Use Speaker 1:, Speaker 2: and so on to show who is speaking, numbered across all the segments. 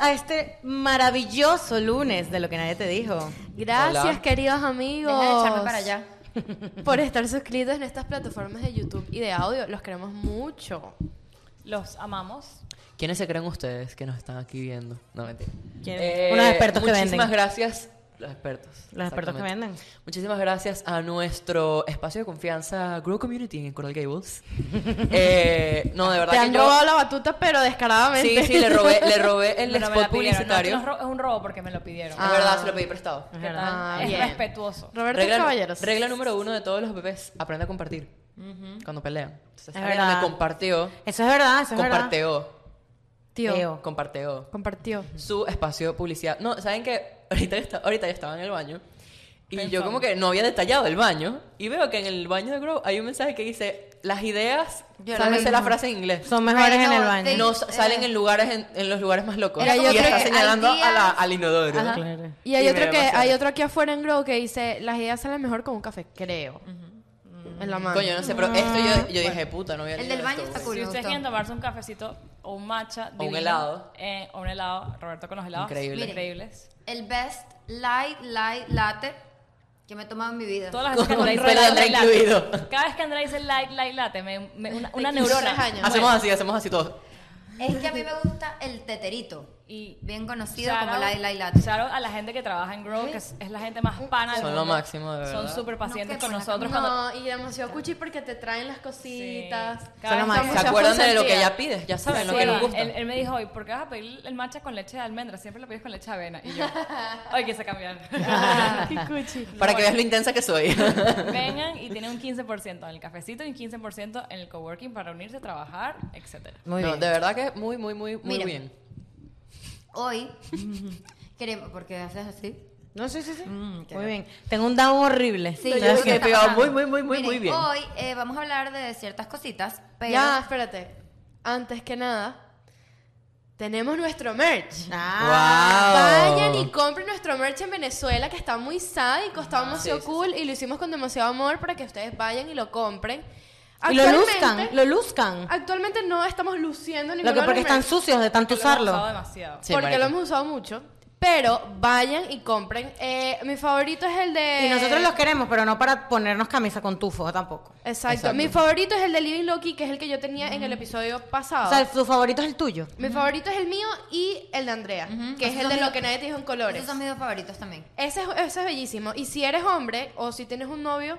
Speaker 1: a este maravilloso lunes de lo que nadie te dijo.
Speaker 2: Gracias,
Speaker 3: Hola.
Speaker 2: queridos amigos.
Speaker 4: Deja de echarme para allá.
Speaker 2: Por estar suscritos en estas plataformas de YouTube y de audio. Los queremos mucho.
Speaker 4: Los amamos.
Speaker 3: ¿Quiénes se creen ustedes que nos están aquí viendo? No, mentira. Eh,
Speaker 1: ¿Quién? Unos expertos que venden.
Speaker 3: Muchísimas gracias, los expertos.
Speaker 1: Los expertos que
Speaker 3: exactamente.
Speaker 1: venden.
Speaker 3: Muchísimas gracias a nuestro espacio de confianza, Grow Community en Coral Gables. Eh, no, de verdad
Speaker 2: Te
Speaker 3: que
Speaker 2: han
Speaker 3: yo-
Speaker 2: robado la batuta, pero descaradamente.
Speaker 3: Sí, sí, le robé, le robé el
Speaker 4: Pero me la
Speaker 3: spot
Speaker 4: pidieron. No,
Speaker 3: publicitario. Ah,
Speaker 4: esto no es ro- es un robo porque me lo pidieron.
Speaker 3: Es
Speaker 1: Ah.
Speaker 3: verdad, se lo pedí prestado.
Speaker 4: ¿Qué tal?
Speaker 2: Ah,
Speaker 4: es
Speaker 2: bien.
Speaker 4: respetuoso.
Speaker 2: Roberto
Speaker 3: Regla,
Speaker 2: Caballeros.
Speaker 3: regla número uno de todos los bebés, aprende a compartir cuando pelean. Entonces,
Speaker 1: Es
Speaker 3: Ariana
Speaker 1: verdad.
Speaker 3: me compartió,
Speaker 1: Eso es verdad, eso es verdad.
Speaker 3: comparteó,
Speaker 2: Tío.
Speaker 1: Tío.
Speaker 3: comparteó
Speaker 2: Compartió.
Speaker 3: su espacio de publicidad. No, ¿saben que Ahorita, yo esta- ahorita yo estaba en el baño y yo
Speaker 4: Pensando.
Speaker 3: como que no había detallado el baño y veo que en el baño de Grow hay un mensaje que dice, las ideas,
Speaker 1: Yo
Speaker 3: solo
Speaker 1: no
Speaker 3: me
Speaker 1: vi.
Speaker 3: sé la frase en inglés.
Speaker 1: Son mejores en el
Speaker 5: Pero
Speaker 1: baño.
Speaker 5: te-
Speaker 3: no sa- salen en lugares en, en los lugares más locos
Speaker 2: Era, yo
Speaker 3: y
Speaker 2: creo
Speaker 3: está
Speaker 2: que hay
Speaker 3: señalando a la-
Speaker 5: días-
Speaker 3: al inodoro
Speaker 2: Ajá.
Speaker 1: Claro.
Speaker 2: Y hay
Speaker 3: Y
Speaker 2: otro
Speaker 3: me
Speaker 2: que
Speaker 3: demasiado.
Speaker 2: hay otro aquí afuera en Grow que dice, las ideas salen mejor con un café, creo. En la mano.
Speaker 3: coño no sé pero esto yo, yo dije puta no había
Speaker 5: El
Speaker 3: leído
Speaker 5: del baño
Speaker 3: esto,
Speaker 5: está
Speaker 3: güey.
Speaker 5: cool.
Speaker 4: Si
Speaker 5: me
Speaker 4: ustedes
Speaker 5: gustó.
Speaker 4: quieren tomarse un cafecito o un matcha,
Speaker 3: O un
Speaker 4: divino,
Speaker 3: helado.
Speaker 4: eh, o un helado, Roberto con los helados.
Speaker 3: Increíble.
Speaker 5: Miren.
Speaker 4: Increíbles.
Speaker 5: El best light, light latte que me he tomado en mi vida.
Speaker 4: Todas las veces que
Speaker 3: Con
Speaker 4: Andrea dice
Speaker 3: pelo
Speaker 4: light,
Speaker 3: Andrea
Speaker 4: light, latte.
Speaker 3: incluido.
Speaker 4: Cada vez que Andrea dice light, light latte, me, me- una, una
Speaker 2: De 15
Speaker 4: neurona.
Speaker 2: años.
Speaker 4: muere.
Speaker 3: hacemos así hacemos así todos
Speaker 5: Es que a mí me gusta el teterito.
Speaker 4: Y
Speaker 5: Bien conocido
Speaker 4: shout
Speaker 5: como
Speaker 4: out-
Speaker 5: light, light latte.
Speaker 4: shout out a la gente que trabaja en
Speaker 2: ¿Eh?
Speaker 4: Grow, que es, es la gente más pana del
Speaker 3: Son lo
Speaker 4: mundo.
Speaker 3: máximo, de
Speaker 4: Son
Speaker 3: verdad.
Speaker 4: súper pacientes
Speaker 5: No, qué
Speaker 4: con
Speaker 5: buena
Speaker 4: nosotros. cuando-
Speaker 2: No, y demasiado cuchi porque te traen las cositas.
Speaker 4: Sí.
Speaker 1: Son los
Speaker 4: vez
Speaker 1: máximos.
Speaker 3: se
Speaker 2: mucha
Speaker 3: acuerdan de lo que
Speaker 2: consentida.
Speaker 3: ella pide ya saben lo
Speaker 4: Sí,
Speaker 3: que nos
Speaker 4: él-
Speaker 3: gusta
Speaker 4: Él, él me dijo hoy, ¿por qué vas a pedir el matcha con leche de almendra? Siempre lo pides con leche de avena. Y yo, hoy quise cambiar. Qué cuchi.
Speaker 3: para que
Speaker 4: Bueno.
Speaker 3: veas lo intensa que soy
Speaker 4: Vengan y tienen un 15% en el cafecito y un 15% en el coworking para unirse, trabajar, etcétera.
Speaker 1: Muy
Speaker 3: No,
Speaker 1: bien.
Speaker 3: de verdad que muy muy muy muy
Speaker 5: Mira.
Speaker 3: bien
Speaker 5: Hoy queremos, porque haces así.
Speaker 1: No, sí, sí, sí.
Speaker 5: qué
Speaker 1: muy
Speaker 5: bien.
Speaker 1: bien. Tengo un down horrible.
Speaker 5: Sí,
Speaker 3: Yo
Speaker 1: Gracias.
Speaker 3: creo que he
Speaker 5: está
Speaker 3: pegado
Speaker 5: pasando.
Speaker 3: muy, muy, muy, muy, muy
Speaker 5: Miren,
Speaker 3: bien.
Speaker 5: Hoy eh, vamos a hablar de ciertas cositas, pero
Speaker 2: Ya, espérate. Antes que nada, tenemos nuestro merch.
Speaker 1: Ah.
Speaker 3: Wow.
Speaker 2: Vayan y compren nuestro merch en Venezuela que está muy sádico, está demasiado
Speaker 3: Ah, sí, sí,
Speaker 2: cool y lo hicimos con demasiado amor para que ustedes vayan y lo compren.
Speaker 1: Y lo
Speaker 2: Actualmente-
Speaker 1: luzcan, lo luzcan.
Speaker 2: Actualmente no estamos luciendo
Speaker 1: Lo
Speaker 2: ninguno
Speaker 1: que
Speaker 2: de
Speaker 1: porque
Speaker 2: los
Speaker 1: están
Speaker 2: merch,
Speaker 1: sucios de tanto
Speaker 4: Lo hemos usado
Speaker 1: usarlo.
Speaker 4: demasiado.
Speaker 3: Sí,
Speaker 2: porque
Speaker 3: marica.
Speaker 2: lo hemos usado mucho, pero vayan y compren. Eh, mi favorito es el de
Speaker 1: Y nosotros los queremos, pero no para ponernos camisa con tufo tampoco.
Speaker 2: Exacto.
Speaker 3: Exacto.
Speaker 2: Mi favorito es el de Living Loki, que es el que yo tenía en el episodio pasado.
Speaker 1: O sea, tu favorito es el tuyo.
Speaker 2: Mi favorito es el mío y el de Andrea, que es
Speaker 5: Esos
Speaker 2: el
Speaker 5: son
Speaker 2: de
Speaker 5: mis-
Speaker 2: lo que nadie te dijo en colores.
Speaker 5: esos son mis dos favoritos también.
Speaker 2: Ese es, ese es bellísimo. Y si eres hombre o si tienes un novio,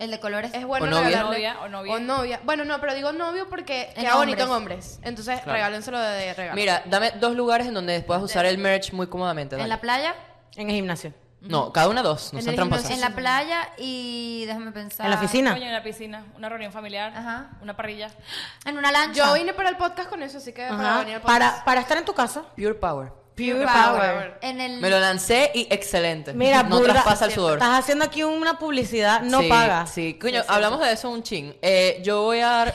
Speaker 5: El de colores
Speaker 2: es bueno
Speaker 3: O novia.
Speaker 2: regalarle.
Speaker 4: Novia, o novia.
Speaker 2: Bueno, no, pero digo novio porque
Speaker 5: En
Speaker 2: queda bonito
Speaker 5: hombres.
Speaker 2: en hombres. Entonces,
Speaker 3: Claro.
Speaker 2: regálenselo de, de regalo.
Speaker 3: mira dame dos lugares en donde puedas usar el merch muy cómodamente
Speaker 5: en
Speaker 3: dale.
Speaker 5: la playa,
Speaker 1: En el gimnasio.
Speaker 3: no cada una dos no
Speaker 2: En
Speaker 3: sean
Speaker 2: el
Speaker 3: tramposas
Speaker 2: gimnasio.
Speaker 5: en la playa y déjame pensar.
Speaker 1: En la oficina.
Speaker 4: Coño, en la piscina, una reunión familiar,
Speaker 5: Ajá.
Speaker 4: una parrilla.
Speaker 5: En una lancha.
Speaker 2: Yo vine para el podcast con eso, así que para
Speaker 1: Ajá.
Speaker 2: venir al podcast.
Speaker 1: Para, para estar en tu casa.
Speaker 3: pure power
Speaker 1: Pure
Speaker 2: power.
Speaker 5: En el
Speaker 3: me lo lancé y excelente
Speaker 1: Mira,
Speaker 3: Este, no
Speaker 1: burda,
Speaker 3: traspasa el sudor
Speaker 1: Estás haciendo aquí una publicidad, no
Speaker 3: Sí,
Speaker 1: paga.
Speaker 3: Sí, coño, hablamos de eso un ching. Eh, yo voy a dar.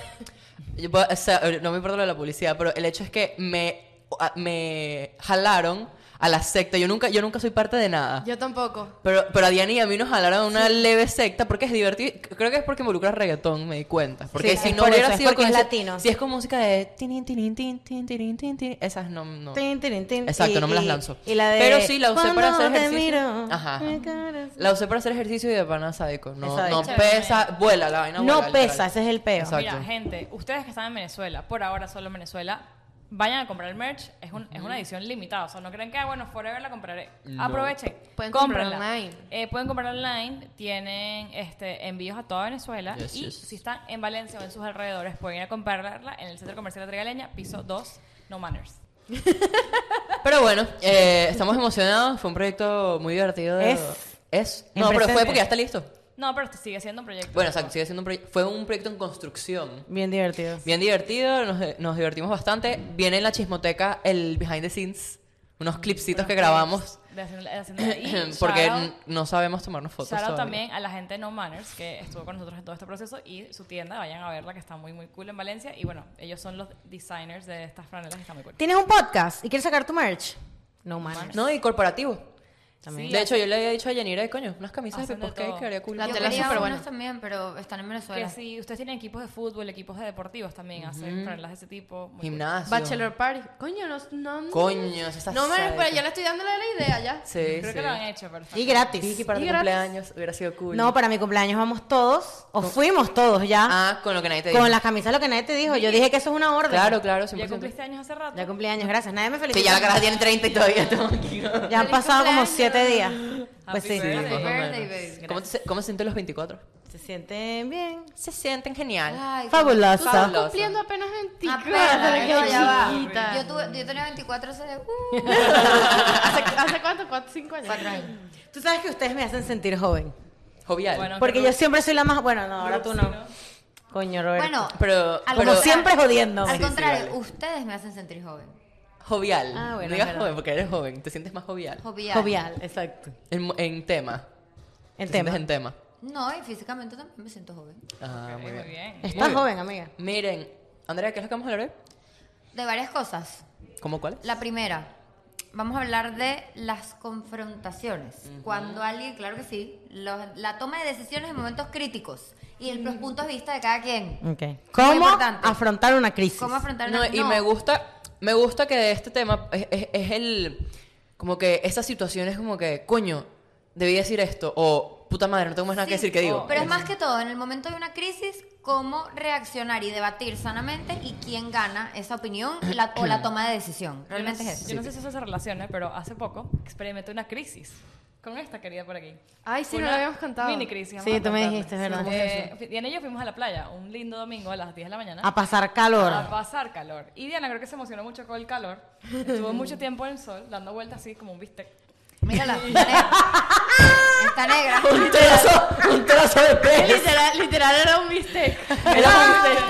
Speaker 3: yo voy a- o sea, eh, no me importa lo de la publicidad, pero el hecho es que me, a- me jalaron a la secta. Yo nunca, yo nunca soy parte de nada.
Speaker 2: Yo tampoco.
Speaker 3: Pero, pero a Diana y a mí nos jalaron a una leve secta porque es divertido. Creo que es porque involucra reggaetón, me di cuenta. Porque
Speaker 1: Sí,
Speaker 3: si
Speaker 1: es
Speaker 3: no
Speaker 1: por
Speaker 3: hubiera
Speaker 1: eso, es
Speaker 3: sido
Speaker 1: porque
Speaker 3: con
Speaker 1: es
Speaker 3: ese-
Speaker 1: latino.
Speaker 3: Si es con música de. tin, tin, tin, tin, tin, tin, tin, esas no. no.
Speaker 1: Tin, tin, tin.
Speaker 3: Exacto,
Speaker 1: Y-
Speaker 3: no me las
Speaker 1: y-
Speaker 3: lanzo.
Speaker 1: y la de-
Speaker 3: Pero sí, la usé para
Speaker 1: Cuando
Speaker 3: hacer
Speaker 1: te
Speaker 3: ejercicio.
Speaker 1: miro,
Speaker 3: Ajá, ajá.
Speaker 1: mi corazón.
Speaker 3: La usé para hacer ejercicio y de pana sádico. No,
Speaker 1: Sádico.
Speaker 3: no pesa, vuela la vaina.
Speaker 1: No
Speaker 3: vuela,
Speaker 1: pesa,
Speaker 3: literal.
Speaker 1: ese es el peo.
Speaker 3: Exacto.
Speaker 4: Mira, gente, ustedes que están en Venezuela, por ahora solo en Venezuela, vayan a comprar el merch. Es, un- es una edición limitada. O sea, no crean que, ah, bueno, forever la compraré.
Speaker 3: No.
Speaker 4: Aprovechen.
Speaker 2: Pueden
Speaker 4: cómprenla.
Speaker 2: comprar online.
Speaker 4: Eh, pueden comprar online. Tienen este, envíos a toda Venezuela.
Speaker 3: Yes,
Speaker 4: y
Speaker 3: yes.
Speaker 4: si están en Valencia o en sus alrededores, pueden ir a comprarla en el Centro Comercial de Trigaleña, piso 2, No Manners.
Speaker 3: Pero bueno, eh, estamos emocionados. Fue un proyecto muy divertido.
Speaker 1: Es.
Speaker 3: Es.
Speaker 1: En
Speaker 3: No, pero
Speaker 1: presente.
Speaker 3: fue porque ya está listo.
Speaker 4: No, pero sigue siendo un proyecto.
Speaker 3: Bueno, exacto, sigue siendo un proyecto. Fue un proyecto en construcción.
Speaker 1: Bien divertido.
Speaker 3: Bien divertido, nos, eh, nos divertimos bastante. Viene en la chismoteca el behind the scenes, unos clipsitos que grabamos.
Speaker 4: De haciendo- de haciendo- y
Speaker 3: Porque
Speaker 4: shout out-
Speaker 3: n- no sabemos tomarnos fotos.
Speaker 4: Shout out
Speaker 3: todavía.
Speaker 4: también a la gente de No Manners que estuvo con nosotros en todo este proceso y su tienda, vayan a verla que está muy muy cool en Valencia y bueno, ellos son los designers de estas franelas que están muy cool.
Speaker 1: ¿Tienes un podcast y quieres sacar tu merch? No, man.
Speaker 3: No, y corporativo.
Speaker 1: También.
Speaker 4: Sí,
Speaker 3: De hecho, yo le había dicho a Yanira, coño, unas camisas de
Speaker 4: Hacen de
Speaker 3: Pepos Cake
Speaker 4: todo.
Speaker 3: quedaría cool.
Speaker 2: La
Speaker 5: Yo
Speaker 2: tela es
Speaker 5: quería
Speaker 2: súper
Speaker 5: unos
Speaker 2: buena.
Speaker 5: también, pero están en
Speaker 4: Que
Speaker 5: Venezuela.
Speaker 4: si ustedes tienen equipos de fútbol, equipos de deportivos también hacen reglas de ese tipo. Muy cool.
Speaker 3: Gimnasio.
Speaker 2: Bachelor Party. Coño, no. no
Speaker 3: Coño, esa
Speaker 2: No me
Speaker 3: sádica.
Speaker 2: pero yo le estoy dando la idea ya.
Speaker 3: Sí,
Speaker 4: Creo
Speaker 3: sí.
Speaker 4: que lo han hecho, perfecto.
Speaker 1: Y gratis.
Speaker 3: Vicky, para
Speaker 2: Y
Speaker 3: tu
Speaker 2: gratis.
Speaker 3: cumpleaños hubiera sido cool.
Speaker 1: No, para mi cumpleaños vamos todos, o fuimos todos ya,
Speaker 3: Ah, con lo que nadie te dijo.
Speaker 1: con las camisas, lo que nadie te dijo. Yo dije que eso es una orden.
Speaker 3: Claro, claro, 100%.
Speaker 4: ¿Ya cumpliste años hace rato?
Speaker 1: Ya cumpleaños, gracias. Nadie me felicitó.
Speaker 3: Sí, ya la caraja tiene 30 y todavía estamos aquí. ¿no?
Speaker 1: Ya han
Speaker 5: Feliz
Speaker 1: pasado como
Speaker 5: cumpleaños.
Speaker 1: siete días. Pues
Speaker 4: Happy
Speaker 1: sí,
Speaker 4: birthday.
Speaker 3: más o
Speaker 5: birthday,
Speaker 3: menos.
Speaker 5: baby.
Speaker 3: ¿Cómo, te, se- ¿Cómo se sienten los 24?
Speaker 1: se sienten bien.
Speaker 3: Se sienten genial.
Speaker 5: Ay,
Speaker 1: Fabulosa.
Speaker 2: Estás cumpliendo apenas 24.
Speaker 5: Apenas,
Speaker 2: qué
Speaker 5: no, Ah, ya va.
Speaker 2: chiquita.
Speaker 5: Yo, tuve, yo tenía 24 hace de...
Speaker 2: ¿Hace, ¿Hace cuánto? ¿Cuatro? ¿Cinco años?
Speaker 5: cuatro años.
Speaker 1: Tú sabes que ustedes me hacen sentir joven.
Speaker 3: Jovial.
Speaker 4: Bueno,
Speaker 1: Porque
Speaker 4: Ruth-
Speaker 1: yo siempre soy la más. Bueno, no, ahora tú no. Coño, Roberto.
Speaker 5: Bueno,
Speaker 3: pero-
Speaker 5: al
Speaker 1: como
Speaker 3: pero-
Speaker 1: siempre jodiendo.
Speaker 5: Al
Speaker 3: sí,
Speaker 5: contrario,
Speaker 3: vale.
Speaker 5: ustedes me hacen sentir joven.
Speaker 3: jovial.
Speaker 1: Ah, bueno,
Speaker 3: no digas
Speaker 1: es verdad.
Speaker 3: joven porque eres joven. Te sientes más jovial.
Speaker 5: Jovial.
Speaker 1: Jovial, exacto.
Speaker 3: En, en tema.
Speaker 1: El
Speaker 3: Te
Speaker 1: tema.
Speaker 3: sientes en tema.
Speaker 5: No, y físicamente también me siento joven.
Speaker 3: Ah, muy
Speaker 4: Muy
Speaker 3: bien.
Speaker 4: bien.
Speaker 1: Estás joven, amiga.
Speaker 3: Miren, Andrea, ¿qué es lo que vamos a hablar hoy?
Speaker 5: De varias cosas.
Speaker 3: ¿Cómo cuál?
Speaker 5: La primera, vamos a hablar de las confrontaciones. Cuando alguien, claro que sí, lo- la toma de decisiones en momentos críticos y en los puntos de vista de cada quien.
Speaker 1: ¿Cómo
Speaker 5: importante.
Speaker 1: afrontar una crisis?
Speaker 5: ¿Cómo afrontar
Speaker 3: Mm. No,
Speaker 5: una
Speaker 3: y
Speaker 5: no.
Speaker 3: me gusta, me gusta que de este tema es, es- es el como que esas situaciones como que, coño, debí decir esto, o puta madre, no tengo más nada que
Speaker 5: Sí,
Speaker 3: decir que digo.
Speaker 5: Pero es
Speaker 3: Es-
Speaker 5: más que todo, en el momento de una crisis, cómo reaccionar y debatir sanamente y quién gana esa opinión la- o la toma de decisión. Realmente es eso.
Speaker 4: Yo no sé si eso se relaciona, pero hace poco experimenté una crisis con esta querida por aquí.
Speaker 2: Ay, sí, no
Speaker 4: Una
Speaker 2: lo habíamos contado.
Speaker 4: Mini crisis. vamos
Speaker 1: Sí,
Speaker 4: a
Speaker 1: tú me
Speaker 4: contarla.
Speaker 1: dijiste, es verdad. ¿Cómo es
Speaker 4: Eh, fui- Diana y yo fuimos a la playa un lindo domingo a las 10 de la mañana.
Speaker 1: A pasar calor.
Speaker 5: Ah,
Speaker 4: A pasar calor. Y Diana creo que se emocionó mucho con el calor. Estuvo mucho tiempo en el sol, dando vueltas así como un bistec.
Speaker 5: Mírala, está negra. Está negra.
Speaker 3: un trozo, un trozo de pelo.
Speaker 2: Literal, literal era un mistake.
Speaker 3: Eras
Speaker 5: estás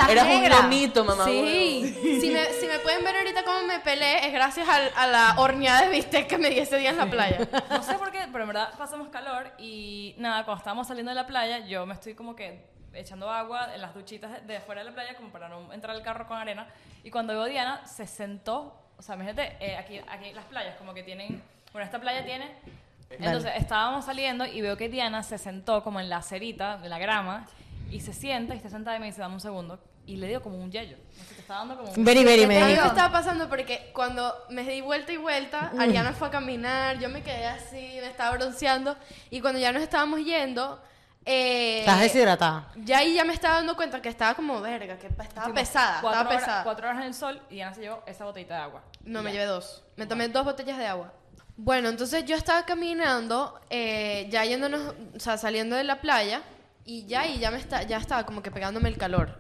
Speaker 3: un, eras un
Speaker 5: negra.
Speaker 3: granito, mamá.
Speaker 2: Sí, si me, si me pueden ver ahorita cómo me peleé, es gracias al- a, la horneada de bistec que me di ese día en la playa.
Speaker 4: No sé por qué, pero en verdad pasamos calor y nada, cuando estábamos saliendo de la playa, yo me estoy como que echando agua en las duchitas de afuera de la playa como para no entrar al carro con arena. Y cuando veo a Diana, se sentó, o sea, imagínate, eh, aquí, aquí las playas como que tienen, bueno, esta playa tiene... Entonces estábamos saliendo y veo que Diana se sentó como en la cerita, en la grama, y se sienta y está sentada y me dice, dame un segundo. Y le dio como un yello. No sé, te está dando como un...
Speaker 1: Very, very, me
Speaker 5: Te
Speaker 2: A mí
Speaker 1: dijo.
Speaker 2: me estaba pasando porque cuando me di vuelta y vuelta, Ariana fue a caminar, yo me quedé así, me estaba bronceando, y cuando ya nos estábamos yendo, eh,
Speaker 1: Estás deshidratada.
Speaker 2: ya ahí ya me estaba dando cuenta que estaba como verga, que pa- estaba
Speaker 4: Estuvimos
Speaker 2: pesada,
Speaker 4: cuatro
Speaker 2: estaba
Speaker 4: horas-
Speaker 2: pesada.
Speaker 4: Cuatro horas en el sol y Diana se llevó esa botellita de agua.
Speaker 2: No, me llevé dos. Me tomé dos botellas de agua. Bueno, entonces yo estaba caminando, eh, ya yéndonos, o sea, saliendo de la playa, y ya y ya me está, ya estaba como que pegándome el calor.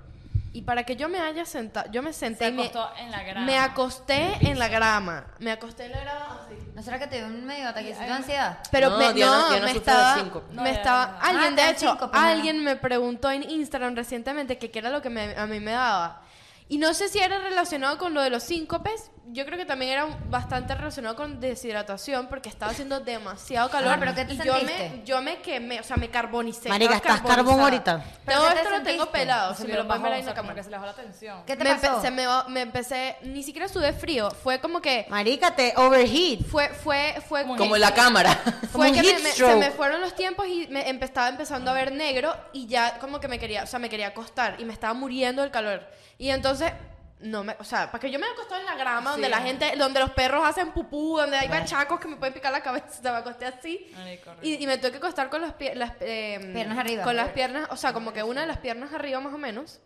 Speaker 2: Y para que yo me haya sentado, yo me senté
Speaker 4: Se
Speaker 2: y me,
Speaker 4: acostó en la grama.
Speaker 2: me acosté en la grama. Me acosté en la grama así.
Speaker 5: ¿No será que te dio un medio ataquecito de ansiedad?
Speaker 2: Pero
Speaker 3: No,
Speaker 2: me,
Speaker 3: Diana-
Speaker 2: no,
Speaker 3: Diana
Speaker 2: me
Speaker 3: sufre de
Speaker 2: estaba,
Speaker 3: síncope.
Speaker 4: No,
Speaker 2: me
Speaker 4: ya,
Speaker 2: estaba,
Speaker 4: ya.
Speaker 2: alguien
Speaker 5: Ah,
Speaker 2: de
Speaker 5: te da
Speaker 2: hecho,
Speaker 5: síncope, ajá.
Speaker 2: alguien me preguntó en Instagram recientemente que qué era lo que me- a mí me daba. Y no sé si era relacionado con lo de los síncopes, yo creo que también era bastante relacionado con deshidratación porque estaba haciendo demasiado calor.
Speaker 5: Ah, ¿pero qué te
Speaker 2: y yo me,
Speaker 5: sentiste?
Speaker 2: yo me quemé, o sea, me carbonicé.
Speaker 1: Marica,
Speaker 2: estaba
Speaker 1: estás carbón
Speaker 2: carbonizada.
Speaker 1: ahorita.
Speaker 5: ¿Pero
Speaker 2: Todo
Speaker 5: qué te
Speaker 2: esto lo tengo
Speaker 5: sentiste?
Speaker 2: pelado,
Speaker 4: O sea,
Speaker 2: si me
Speaker 4: yo
Speaker 2: lo pueden
Speaker 4: bajó,
Speaker 2: ver ahí
Speaker 4: o
Speaker 2: en
Speaker 4: sea,
Speaker 2: la
Speaker 4: como que
Speaker 2: cámara.
Speaker 4: se les bajó la tensión.
Speaker 5: ¿Qué te
Speaker 2: me, empe-
Speaker 5: pasó?
Speaker 2: se me, ba- me empecé, ni siquiera sudé frío, fue como que,
Speaker 1: Marica, te overheat.
Speaker 2: fue, fue, fue
Speaker 4: Como
Speaker 3: Como la cámara.
Speaker 1: Como
Speaker 2: fue
Speaker 1: un
Speaker 2: que me-
Speaker 1: heat
Speaker 2: me- se
Speaker 1: stroke.
Speaker 2: me fueron los tiempos y me empe- estaba empezando a ver negro y ya como que me quería, o sea, me quería acostar y me estaba muriendo del calor. Y entonces no me, o sea, para que yo me acostó en la grama donde
Speaker 4: Sí.
Speaker 2: la gente, donde los perros hacen pupú, donde hay bachacos que me pueden picar la cabeza, me acosté así.
Speaker 4: Ay, correcto.
Speaker 2: Y, y me tuve que acostar con los pie- las eh,
Speaker 5: Piernas arriba.
Speaker 2: Con las piernas, o sea, como que una de las piernas arriba más o menos.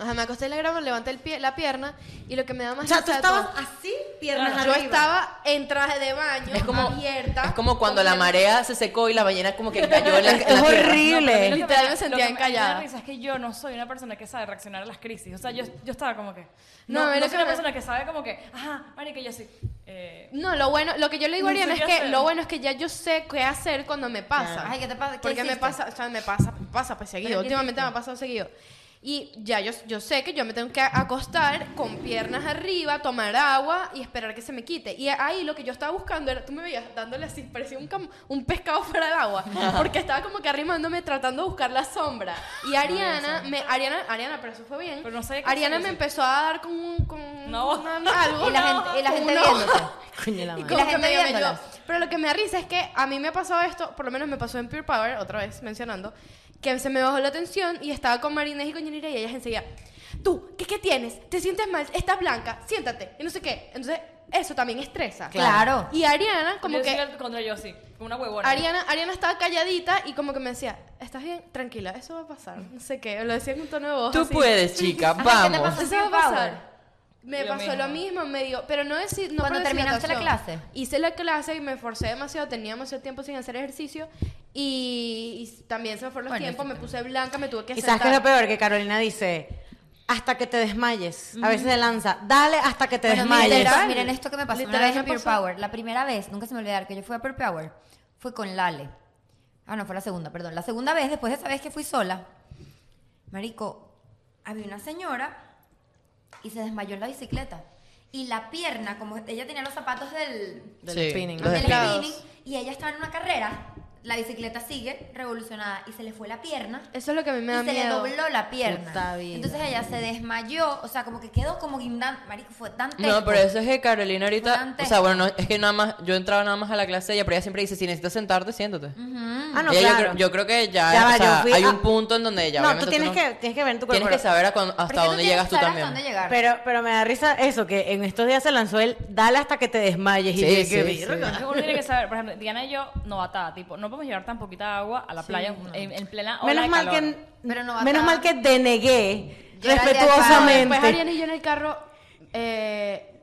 Speaker 2: Ajá, me acosté en la grama, levanté el pie, la pierna y lo que me da más
Speaker 1: O sea, tú
Speaker 2: risa de todo-
Speaker 1: estabas así, piernas
Speaker 2: yo
Speaker 1: arriba.
Speaker 2: estaba en traje de baño,
Speaker 3: Es como,
Speaker 2: abierta.
Speaker 3: es como cuando la
Speaker 2: con-
Speaker 3: marea se secó y la ballena como que cayó en la, en la
Speaker 1: Esto es
Speaker 3: tierra.
Speaker 1: horrible.
Speaker 2: Literal, me sentía encallada.
Speaker 4: La risa es que yo no soy una persona que sabe reaccionar a las crisis. O sea, yo, yo estaba como que.
Speaker 2: No,
Speaker 4: No,
Speaker 2: a
Speaker 4: no,
Speaker 2: mí lo que
Speaker 4: soy una
Speaker 2: me-
Speaker 4: persona que sabe como que. Ajá, marica, yo soy. Eh,
Speaker 2: No, lo bueno, lo que yo le digo a
Speaker 4: No sé
Speaker 2: Ariana es
Speaker 4: qué
Speaker 2: que
Speaker 4: hacer.
Speaker 2: lo bueno es que ya yo sé qué hacer cuando me pasa.
Speaker 5: Ay, ¿qué te pasa? ¿Qué
Speaker 2: Porque me
Speaker 5: hiciste?
Speaker 2: pasa, o sea, me pasa, me pasa pues seguido.
Speaker 5: ¿Pero qué
Speaker 2: Últimamente
Speaker 5: hiciste?
Speaker 2: me ha pasado seguido. Y ya yo, yo sé que yo me tengo que acostar con piernas arriba, tomar agua y esperar que se me quite. Y ahí lo que yo estaba buscando era, tú me veías dándole así, parecía un, cam- un pescado fuera del agua, porque estaba como que arrimándome tratando de buscar la sombra. Y Ariana, me, Ariana, Ariana, pero eso fue bien.
Speaker 4: Pero no sabía qué
Speaker 2: Ariana
Speaker 4: hacer,
Speaker 2: me
Speaker 4: sí.
Speaker 2: empezó a dar con, un- con
Speaker 4: No.
Speaker 2: un- algo.
Speaker 5: Y la gente, y la
Speaker 2: con
Speaker 5: gente
Speaker 2: una hoja.
Speaker 5: viéndote.
Speaker 1: Coño, la
Speaker 2: Y
Speaker 1: madre.
Speaker 2: como
Speaker 5: la
Speaker 2: que
Speaker 5: gente
Speaker 2: medio me
Speaker 5: viéndolas.
Speaker 2: ayudó. Pero lo que me da risa es que a mí me ha pasado esto, por lo menos me pasó en Pure Power, otra vez mencionando, que se me bajó la tensión y estaba con Marinés y con Yanira y ellas enseguida, tú, ¿qué, ¿qué tienes? ¿Te sientes mal? ¿Estás blanca? Siéntate. Y no sé qué. Entonces, eso también estresa.
Speaker 5: Claro.
Speaker 2: Y Ariana, como
Speaker 4: yo
Speaker 2: que...
Speaker 4: sí, al- contra yo sí, como una huevona.
Speaker 2: Ariana, Ariana estaba calladita y como que me decía, ¿estás bien? Tranquila, eso va a pasar. No sé qué, lo decía en un tono de voz.
Speaker 3: Tú
Speaker 2: así.
Speaker 3: puedes, chica,
Speaker 5: Ajá, ¿qué te
Speaker 3: vamos.
Speaker 5: pasó?
Speaker 2: Eso va a pasar. Me
Speaker 4: Lo
Speaker 2: pasó
Speaker 4: mismo.
Speaker 2: lo mismo, me dio, pero no decir, no
Speaker 5: ¿Cuándo
Speaker 2: por
Speaker 5: terminaste la
Speaker 2: deshidratación.
Speaker 5: clase?
Speaker 2: Hice la clase y me esforcé demasiado, tenía demasiado tiempo sin hacer ejercicio y, y también se me fueron los
Speaker 3: Bueno,
Speaker 2: tiempos,
Speaker 3: sí,
Speaker 2: me puse blanca, me tuve que
Speaker 1: ¿Y sabes qué es
Speaker 2: sentar.
Speaker 1: lo peor? Que Carolina dice, hasta que te desmayes. A veces se lanza, dale hasta que te
Speaker 5: Bueno,
Speaker 1: desmayes.
Speaker 5: miren,
Speaker 2: Literal.
Speaker 5: miren esto que me pasó una
Speaker 2: Literal
Speaker 5: vez en
Speaker 2: me
Speaker 5: Pure
Speaker 2: pasó.
Speaker 5: Power. La primera vez, nunca se me olvidar que yo fui a Pure Power, fue con Lale. Ah, no, fue la segunda, perdón. La segunda vez, después de esa vez que fui sola, Marico, había una señora y se desmayó en la bicicleta. Y la pierna, como ella tenía los zapatos del,
Speaker 1: Del
Speaker 3: Sí,
Speaker 1: spinning.
Speaker 3: los
Speaker 5: del
Speaker 3: spinning.
Speaker 2: lados.
Speaker 5: spinning, y ella estaba en una carrera, la bicicleta sigue revolucionada y se le fue la pierna
Speaker 2: Eso es lo que a mí me da
Speaker 5: y se le
Speaker 2: miedo.
Speaker 5: dobló la pierna.
Speaker 1: Puta vida.
Speaker 5: Entonces ella se desmayó, o sea, como que quedó como guindando. Marico, fue tan
Speaker 3: No,
Speaker 5: tenso.
Speaker 3: pero eso es que Carolina ahorita,
Speaker 5: Importante.
Speaker 3: o sea, bueno, no, es que nada más, yo entraba nada más a la clase de ella, pero ella siempre dice, si necesitas sentarte, siéntate.
Speaker 5: Mm,
Speaker 1: Ah, no,
Speaker 3: Y ella, yo
Speaker 1: claro.
Speaker 3: creo- yo, creo, que ya,
Speaker 1: Ya va,
Speaker 3: o sea,
Speaker 1: yo fui
Speaker 3: hay
Speaker 1: a-
Speaker 3: un punto en donde ya...
Speaker 1: no, tú
Speaker 3: obviamente,
Speaker 1: tienes,
Speaker 3: no-
Speaker 1: que, tienes que ver en tu cuerpo.
Speaker 3: Tienes que saber a cuán- hasta
Speaker 5: Pero es que
Speaker 3: dónde
Speaker 5: tienes
Speaker 3: llegas
Speaker 5: que
Speaker 3: tú
Speaker 5: saber
Speaker 3: también.
Speaker 5: Hasta dónde llegar.
Speaker 1: Pero, pero me da risa eso, que en estos días se lanzó el dale hasta que te desmayes.
Speaker 3: Sí,
Speaker 1: y yo,
Speaker 3: sí,
Speaker 1: qué
Speaker 3: sí.
Speaker 1: verga.
Speaker 4: Es que uno tiene que saber, por ejemplo, Diana y yo no atada, tipo, no podemos llevar tan poquita agua a la playa en, en plena ola
Speaker 1: Menos
Speaker 4: de
Speaker 1: mal,
Speaker 4: calor.
Speaker 1: que,
Speaker 5: Pero no va a
Speaker 1: menos mal
Speaker 5: estar-
Speaker 1: que denegué
Speaker 5: Yo era de
Speaker 1: respetuosamente.
Speaker 2: Después Ariana y yo en el carro, eh,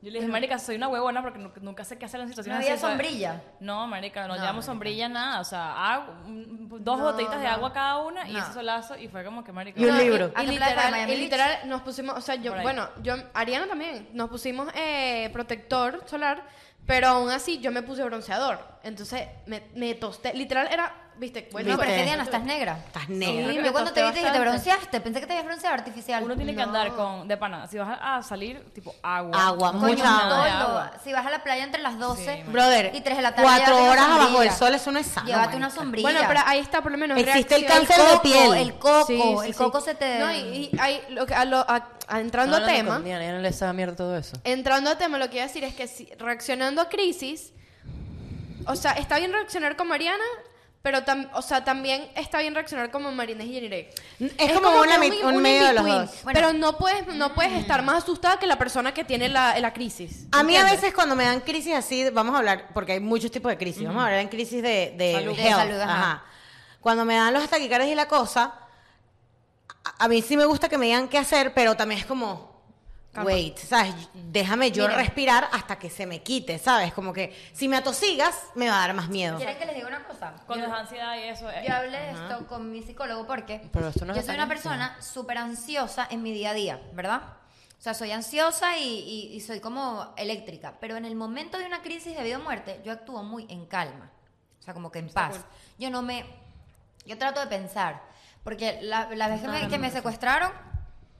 Speaker 4: Yo le dije, marica, soy una huevona porque nu- nunca sé qué hacer en
Speaker 5: No
Speaker 4: situaciones
Speaker 5: había
Speaker 4: así, o sea,
Speaker 5: sombrilla.
Speaker 4: No, marica, no,
Speaker 5: No,
Speaker 4: llevamos
Speaker 5: marica.
Speaker 4: sombrilla nada, o sea, agua- un- dos
Speaker 5: No,
Speaker 4: botellitas de
Speaker 5: no.
Speaker 4: agua cada una y
Speaker 5: No.
Speaker 4: ese solazo y fue como que marica.
Speaker 1: Y un
Speaker 2: No,
Speaker 1: libro.
Speaker 5: Ah,
Speaker 2: Y,
Speaker 5: te plata de
Speaker 2: literal,
Speaker 5: Miami
Speaker 2: y
Speaker 5: Beach.
Speaker 2: literal nos pusimos, o sea, yo,
Speaker 4: Por ahí.
Speaker 2: bueno, yo, Ariana también, nos pusimos eh, protector solar, pero aún así yo me puse bronceador. Entonces me, me tosté. Literal era, viste, bueno,
Speaker 5: No, pero es
Speaker 1: ¿Viste?
Speaker 5: que Pues Diana estás negra.
Speaker 1: Estás
Speaker 2: Sí,
Speaker 1: negra.
Speaker 2: me
Speaker 5: yo cuando
Speaker 2: tosté
Speaker 5: te vi te dije, te
Speaker 2: bastante.
Speaker 5: bronceaste, pensé que te habías bronceado artificial.
Speaker 4: Uno tiene que andar con, de pana, si vas a a salir, tipo agua.
Speaker 1: Agua,
Speaker 4: No
Speaker 5: Coño,
Speaker 1: mucha
Speaker 4: nada
Speaker 5: un
Speaker 4: de
Speaker 5: toldo.
Speaker 4: agua.
Speaker 5: Si vas a la playa entre las 12
Speaker 4: Sí,
Speaker 1: Brother,
Speaker 5: y 3 de la tarde.
Speaker 1: cuatro
Speaker 5: llévate una
Speaker 1: horas abajo
Speaker 5: sombrilla.
Speaker 1: del sol, eso no es sano,
Speaker 5: Llévate una
Speaker 1: marica.
Speaker 5: sombrilla.
Speaker 2: Bueno, pero ahí está por lo menos.
Speaker 1: Existe el
Speaker 2: reacción.
Speaker 1: cáncer de
Speaker 5: coco,
Speaker 1: piel.
Speaker 5: El coco,
Speaker 2: Sí, sí,
Speaker 5: el
Speaker 2: sí.
Speaker 5: coco se te.
Speaker 2: No, y, y ahí, lo que- a lo- a- a- entrando
Speaker 3: Estaba
Speaker 2: a
Speaker 3: hablando
Speaker 2: tema.
Speaker 3: con Diana, ella no le sabe mierda todo eso.
Speaker 2: Entrando a tema, lo que iba a decir es que si- reaccionando a crisis, o sea, está bien reaccionar como Mariana, pero tam- o sea, también está bien reaccionar como Marines y Jenirey.
Speaker 1: Es como una
Speaker 2: que
Speaker 1: mi- un medio de los
Speaker 2: in-between,
Speaker 1: dos. Mm.
Speaker 5: Bueno.
Speaker 2: Pero no puedes, no puedes estar más asustada que la persona que tiene la, la crisis.
Speaker 1: A mí a
Speaker 2: ¿entiendes?
Speaker 1: veces cuando me dan crisis así, vamos a hablar, porque hay muchos tipos de crisis, vamos a hablar en crisis de, de
Speaker 5: Salud.
Speaker 1: health,
Speaker 5: De salud, ajá.
Speaker 1: ajá. Cuando me dan los taquicardias y la cosa, a, a mí sí me gusta que me digan qué hacer, pero también es como,
Speaker 2: Calma.
Speaker 1: wait, ¿sabes? Déjame yo
Speaker 5: Miren.
Speaker 1: respirar hasta que se me quite, ¿sabes? Como que si me atosigas, me va a dar más miedo.
Speaker 5: ¿Quieren que les diga una cosa?
Speaker 4: Cuando es
Speaker 5: Yo-
Speaker 4: ansiedad y eso. eh,
Speaker 5: Yo hablé de esto con mi psicólogo porque
Speaker 3: Pero esto no es
Speaker 5: yo soy una
Speaker 3: aparente.
Speaker 5: persona súper ansiosa en mi día a día, ¿verdad? O sea, soy ansiosa y, y- y soy como eléctrica, pero en el momento de una crisis de vida o muerte, yo actúo muy en calma, o sea, como que en paz. Yo no me... Yo trato de pensar, porque la, la vez que, me, que me secuestraron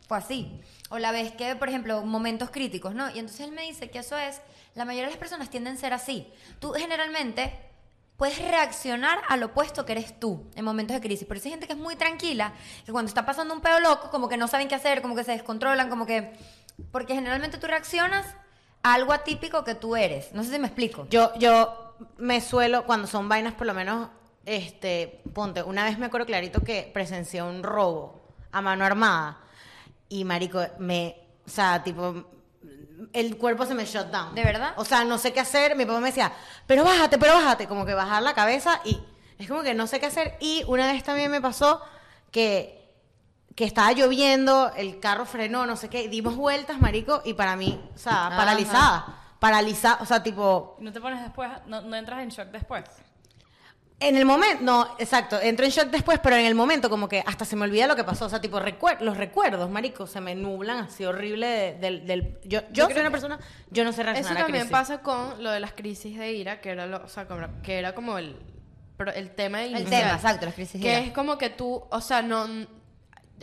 Speaker 5: fue así, o la vez que, por ejemplo, momentos críticos, ¿no? Y entonces él me dice que eso es, la mayoría de las personas tienden a ser así. Tú generalmente puedes reaccionar al opuesto que eres tú en momentos de crisis. Por eso hay gente que es muy tranquila, que cuando está pasando un pedo loco, como que no saben qué hacer, como que se descontrolan, como que... Porque generalmente tú reaccionas a algo atípico que tú eres. No sé si me explico.
Speaker 1: Yo, yo me suelo, cuando son vainas, por lo menos, este, ponte, una vez me acuerdo clarito que presencié un robo a mano armada y marico, me, o sea, tipo, el cuerpo se me shut down.
Speaker 5: ¿De verdad?
Speaker 1: O sea, no sé qué hacer, mi papá me decía, pero bájate, pero bájate, como que bajar la cabeza y es como que no sé qué hacer. Y una vez también me pasó que que estaba lloviendo, el carro frenó, no sé qué, dimos vueltas, marico, y para mí, o sea,
Speaker 5: Ajá.
Speaker 1: paralizada, paralizada, o sea, tipo,
Speaker 4: ¿No te pones después? No, no entras en shock después?
Speaker 1: En el momento, no, exacto, entro en shock después, pero en el momento como que hasta se me olvida lo que pasó, o sea, tipo recuer- los recuerdos, marico, se me nublan así horrible de- del, del- yo, yo, soy una persona, yo no sé
Speaker 2: Eso
Speaker 1: reaccionar a
Speaker 2: también
Speaker 1: crisis.
Speaker 2: pasa con lo de las crisis de ira, que era, lo, o sea, como, que era como el, pro- el tema
Speaker 5: El
Speaker 2: inicial.
Speaker 5: tema, exacto, las crisis de
Speaker 2: Que
Speaker 5: ira.
Speaker 2: es como que tú, o sea, no...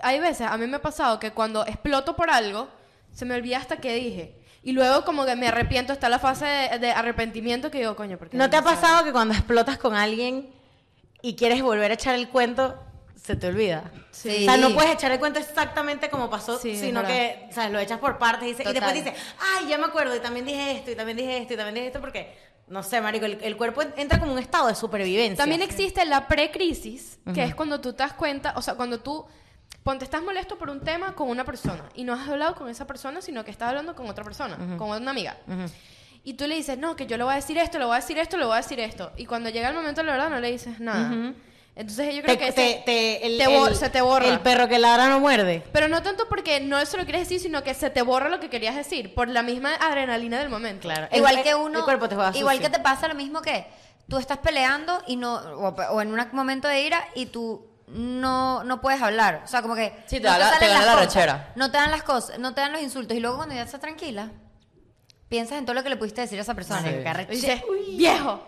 Speaker 2: Hay veces, a mí me ha pasado que cuando exploto por algo, se me olvida hasta qué dije. Y luego como que me arrepiento, está la fase de, de arrepentimiento que digo, coño, porque...
Speaker 1: ¿No te ha pasado que cuando explotas con alguien y quieres volver a echar el cuento, se te olvida?
Speaker 5: Sí.
Speaker 1: O sea, no puedes echar el cuento exactamente como pasó,
Speaker 2: Sí, es
Speaker 1: sino
Speaker 2: verdad.
Speaker 1: que, o sea, lo echas por partes y, dices- y
Speaker 5: Total.
Speaker 1: después dices, ay, ya me acuerdo, y también dije esto, y también dije esto, y también dije esto, porque no sé, marico, el, el cuerpo en- entra como un estado de supervivencia.
Speaker 2: También existe la precrisis, que es cuando tú te das cuenta, o sea, cuando tú ponte estás molesto por un tema con una persona y no has hablado con esa persona, sino que estás hablando con otra persona, con una amiga. Y tú le dices, "No, que yo le voy a decir esto, le voy a decir esto, le voy a decir esto." Y cuando llega el momento de la verdad no le dices nada. Entonces yo creo
Speaker 1: Te-
Speaker 2: que
Speaker 1: te-
Speaker 2: ese-
Speaker 1: te- el-
Speaker 2: te bor-
Speaker 1: el-
Speaker 2: se te borra.
Speaker 1: El perro que ladra no muerde.
Speaker 2: pero no tanto porque no eso lo quieres decir, sino que se te borra lo que querías decir por la misma adrenalina del momento.
Speaker 1: Claro. El-
Speaker 5: Igual
Speaker 1: el-
Speaker 5: que uno.
Speaker 1: el cuerpo te juega
Speaker 5: Igual
Speaker 1: sucio.
Speaker 5: que te pasa lo mismo que tú estás peleando y no. O, o en un momento de ira y tú no, no puedes hablar. O sea, como que.
Speaker 3: Sí, te
Speaker 5: no
Speaker 3: da la- te
Speaker 5: salen
Speaker 3: gana
Speaker 5: las
Speaker 3: la
Speaker 5: cosas,
Speaker 3: rechera.
Speaker 5: No te dan las cosas, no te dan los insultos. Y luego cuando ya estás tranquila, piensas en todo lo que le pudiste decir a esa persona.
Speaker 3: Sí.
Speaker 5: Qué
Speaker 2: Y
Speaker 5: arrecho.
Speaker 2: dices, "Viejo."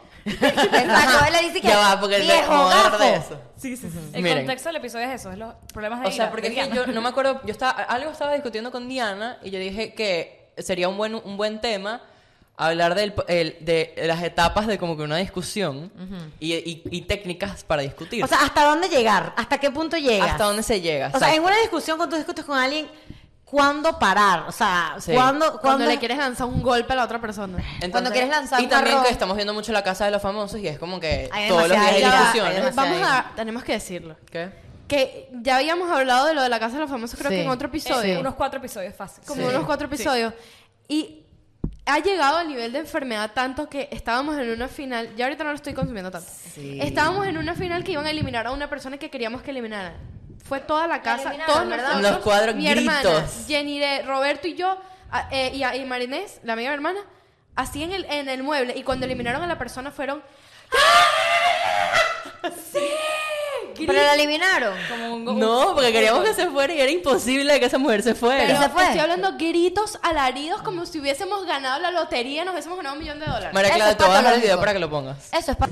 Speaker 5: Exacto, él le dice que.
Speaker 3: Ya va, porque el de-
Speaker 5: viejo,
Speaker 3: como de
Speaker 5: gafo.
Speaker 3: de eso.
Speaker 4: El
Speaker 3: Miren.
Speaker 4: contexto del episodio es eso, es los problemas de
Speaker 3: O sea,
Speaker 4: ira
Speaker 3: porque
Speaker 4: de
Speaker 3: es que
Speaker 4: Diana.
Speaker 3: yo no me acuerdo, yo estaba, algo estaba discutiendo con Diana y yo dije que sería un buen, un buen tema hablar del, el- de las etapas de como que una discusión y, y- y técnicas para discutir.
Speaker 1: O sea, ¿hasta dónde llegar? ¿Hasta qué punto llegas?
Speaker 3: hasta dónde se llega.
Speaker 1: O sea, en
Speaker 3: exacto.
Speaker 1: una discusión cuando tú discutes con alguien, ¿cuándo parar? O sea,
Speaker 3: Sí.
Speaker 1: ¿cuándo,
Speaker 2: Cuando
Speaker 1: cuándo-
Speaker 2: le quieres lanzar un golpe a la otra persona.
Speaker 5: Cuando quieres lanzar
Speaker 3: Y
Speaker 5: un
Speaker 3: también
Speaker 5: jarrón.
Speaker 3: que estamos viendo mucho la casa de los famosos y es como que
Speaker 1: Hay
Speaker 3: todos los días
Speaker 1: demasiada
Speaker 3: hay
Speaker 1: ira, hay
Speaker 3: discusiones.
Speaker 1: demasiada-
Speaker 2: eh, Vamos
Speaker 1: ahí.
Speaker 2: a, tenemos que decirlo.
Speaker 3: ¿Qué?
Speaker 2: Que ya habíamos hablado de lo de la casa de los famosos, creo
Speaker 1: Sí.
Speaker 2: que en otro episodio.
Speaker 4: Eh, Unos cuatro episodios fácil.
Speaker 2: Como
Speaker 3: Sí.
Speaker 2: unos cuatro episodios. Y ha llegado al nivel de enfermedad tanto que estábamos en una final. Ya ahorita no lo estoy consumiendo tanto. Estábamos en una final que iban a eliminar a una persona que queríamos que eliminaran. Fue toda la casa,
Speaker 5: eliminaron,
Speaker 2: todos
Speaker 5: ¿verdad?
Speaker 2: nosotros,
Speaker 3: Los cuadros,
Speaker 2: mi hermana,
Speaker 3: gritos.
Speaker 2: Jenny, de Roberto y yo, a- eh, y, a- y Marinés, la amiga de mi hermana, así en el, en el mueble. Y cuando eliminaron a la persona fueron, ¡Ah!
Speaker 5: Pero lo eliminaron.
Speaker 4: Como un,
Speaker 3: No, porque queríamos que se fuera y era imposible que esa mujer se
Speaker 5: Pero-
Speaker 3: fuera.
Speaker 5: se fue.
Speaker 2: Estoy hablando gritos alaridos como si hubiésemos ganado la lotería, nos hubiésemos ganado un millón de dólares.
Speaker 3: María
Speaker 5: Eso
Speaker 3: Clara,
Speaker 5: es
Speaker 3: te voy a dejar el video
Speaker 5: patológico.
Speaker 3: para que lo pongas.
Speaker 5: Eso es pa-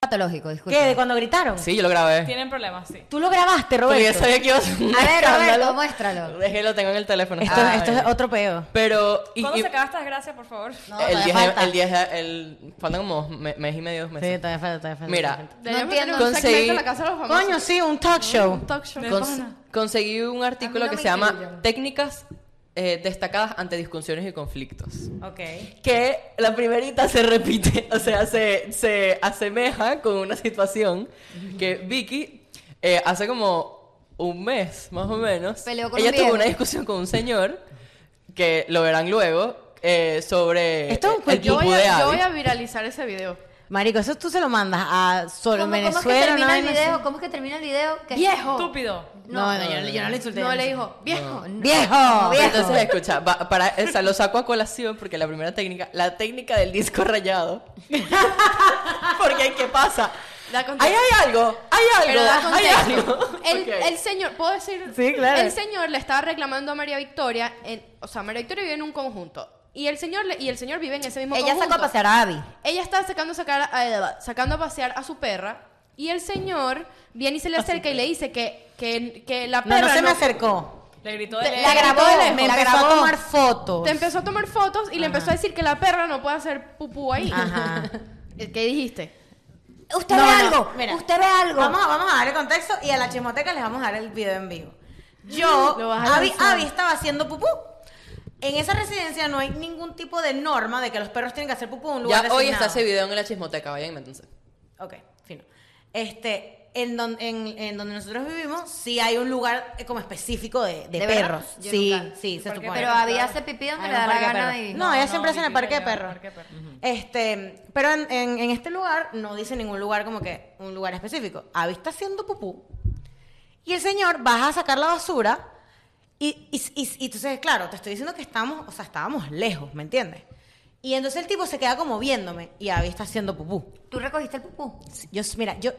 Speaker 5: patológico, disculpa.
Speaker 1: ¿Qué? ¿De cuando gritaron?
Speaker 3: Sí, yo lo grabé.
Speaker 4: Tienen problemas, sí.
Speaker 1: Tú lo grabaste,
Speaker 3: Porque yo
Speaker 1: Roberto.
Speaker 3: sabía que iba a ser un
Speaker 5: A ver,
Speaker 3: escándalo.
Speaker 5: Roberto, muéstralo.
Speaker 3: Es que lo tengo en el teléfono. Ah,
Speaker 1: Esto,
Speaker 3: Ay.
Speaker 1: esto es otro peo.
Speaker 3: Pero... y-
Speaker 4: ¿Cuándo
Speaker 3: y-
Speaker 4: se acaba esta desgracia, por favor?
Speaker 5: No,
Speaker 3: el,
Speaker 5: todavía
Speaker 3: 10 de-
Speaker 5: falta.
Speaker 3: el 10 de- el- Faltan como dos me- mes y medio, dos meses.
Speaker 1: todavía falta, todavía falta.
Speaker 3: Mira,
Speaker 1: todavía
Speaker 2: Deberíamos
Speaker 5: No entiendo.
Speaker 2: tener un segmento
Speaker 3: Conseguí-
Speaker 2: en la casa de los
Speaker 1: falta.
Speaker 2: famosos.
Speaker 1: Coño, sí, un talk show.
Speaker 2: Un talk show.
Speaker 3: cons- conseguí un artículo
Speaker 5: A mí no
Speaker 3: que
Speaker 5: me
Speaker 3: se llama
Speaker 5: incluyen.
Speaker 3: Técnicas eh, destacadas ante discusiones y conflictos.
Speaker 1: Ok.
Speaker 3: que la primerita se repite, o sea, se, se asemeja con una situación que Vicky eh, hace como un mes, más o menos,
Speaker 5: Peleó con
Speaker 3: ella
Speaker 5: un
Speaker 3: tuvo
Speaker 5: viejo.
Speaker 3: una discusión con un señor, que lo verán luego, eh, sobre
Speaker 1: Esto es un
Speaker 3: el
Speaker 1: cuento.
Speaker 2: Yo
Speaker 3: pupú
Speaker 2: voy,
Speaker 3: de
Speaker 2: a, yo
Speaker 3: Abby.
Speaker 2: voy a viralizar ese video.
Speaker 1: Marico, eso tú se lo mandas a Sol
Speaker 5: ¿Cómo, cómo es que
Speaker 1: Venezuela.
Speaker 5: termina
Speaker 1: ¿no?
Speaker 5: el
Speaker 1: No sé.
Speaker 5: video? ¿Cómo es que termina el video? Que-
Speaker 2: ¡Viejo!
Speaker 4: Estúpido.
Speaker 1: No, no, yo, no- yo no le insulté.
Speaker 2: No,
Speaker 1: yo
Speaker 2: le
Speaker 1: insulté.
Speaker 2: dijo, ¡viejo!
Speaker 1: ¡Viejo!
Speaker 5: Viejo.
Speaker 3: Ah, Entonces, escucha, va- para, o sea, lo saco a colación porque la primera técnica, la técnica del disco rayado. porque, ¿qué pasa?
Speaker 2: Da
Speaker 3: Ahí
Speaker 2: contexto.
Speaker 3: hay algo, hay
Speaker 2: Pero
Speaker 3: algo,
Speaker 2: da
Speaker 3: hay
Speaker 2: contexto.
Speaker 3: algo.
Speaker 2: El,
Speaker 3: Ok.
Speaker 2: el señor, ¿puedo decir?
Speaker 1: Sí, claro.
Speaker 2: El señor le estaba reclamando a María Victoria, en- o sea, María Victoria vive en un conjunto. Y el señor, le- y el señor vive en ese mismo
Speaker 5: Ella
Speaker 2: conjunto.
Speaker 5: sacó a pasear a Abby.
Speaker 2: Ella estaba sacando, a sacar a- sacando a pasear a su perra y el señor viene y se le acerca y le dice que, que, que la
Speaker 1: No,
Speaker 2: perra
Speaker 1: no se me acercó. eh.
Speaker 4: Le gritó
Speaker 5: Te-
Speaker 4: de
Speaker 2: Eh,
Speaker 5: la
Speaker 4: lejos.
Speaker 5: grabó,
Speaker 1: me
Speaker 5: la
Speaker 1: empezó
Speaker 5: grabó.
Speaker 1: a tomar fotos.
Speaker 2: te empezó a tomar fotos y le empezó a decir que la perra no puede hacer pupú ahí.
Speaker 1: Ajá.
Speaker 2: ¿Qué dijiste?
Speaker 5: Usted
Speaker 1: No,
Speaker 5: ve
Speaker 1: no,
Speaker 5: algo,
Speaker 1: mira.
Speaker 5: usted ve algo.
Speaker 1: Vamos, a- vamos a darle contexto y a la chismoteca les vamos a dar el video en vivo. Yo,
Speaker 2: Lo vas a
Speaker 1: Abby,
Speaker 2: lanzar.
Speaker 1: Abby estaba haciendo pupú. En esa residencia no hay ningún tipo de norma de que los perros tienen que hacer pupú en un lugar
Speaker 3: Ya hoy
Speaker 1: designado.
Speaker 3: está ese video en la chismoteca, vayan entonces.
Speaker 1: Ok, fino. Este, en, don- en, en donde nosotros vivimos, sí hay un lugar eh, como específico de, de
Speaker 5: ¿De verdad?
Speaker 1: perros.
Speaker 5: Yo
Speaker 1: Sí,
Speaker 5: nunca.
Speaker 1: sí, se
Speaker 4: Porque-
Speaker 1: supone.
Speaker 5: Pero Abby hace pipí donde
Speaker 1: Hay
Speaker 5: le
Speaker 1: un
Speaker 5: da la
Speaker 1: parque de
Speaker 5: gana
Speaker 1: perros.
Speaker 5: y...
Speaker 1: No, ella siempre hace en el
Speaker 4: Vicky
Speaker 1: parque de
Speaker 4: le da
Speaker 1: perros.
Speaker 4: parque de perros.
Speaker 1: Este, pero en, en- en este lugar no dice ningún lugar como que un lugar específico. Abby está haciendo pupú y el señor baja a sacar la basura y, y, y- y entonces, claro, te estoy diciendo que estamos, o sea, estábamos lejos, ¿me entiendes? Y entonces el tipo se queda como viéndome y Abby está haciendo pupú.
Speaker 5: ¿Tú recogiste el pupú?
Speaker 1: Yo, mira, yo,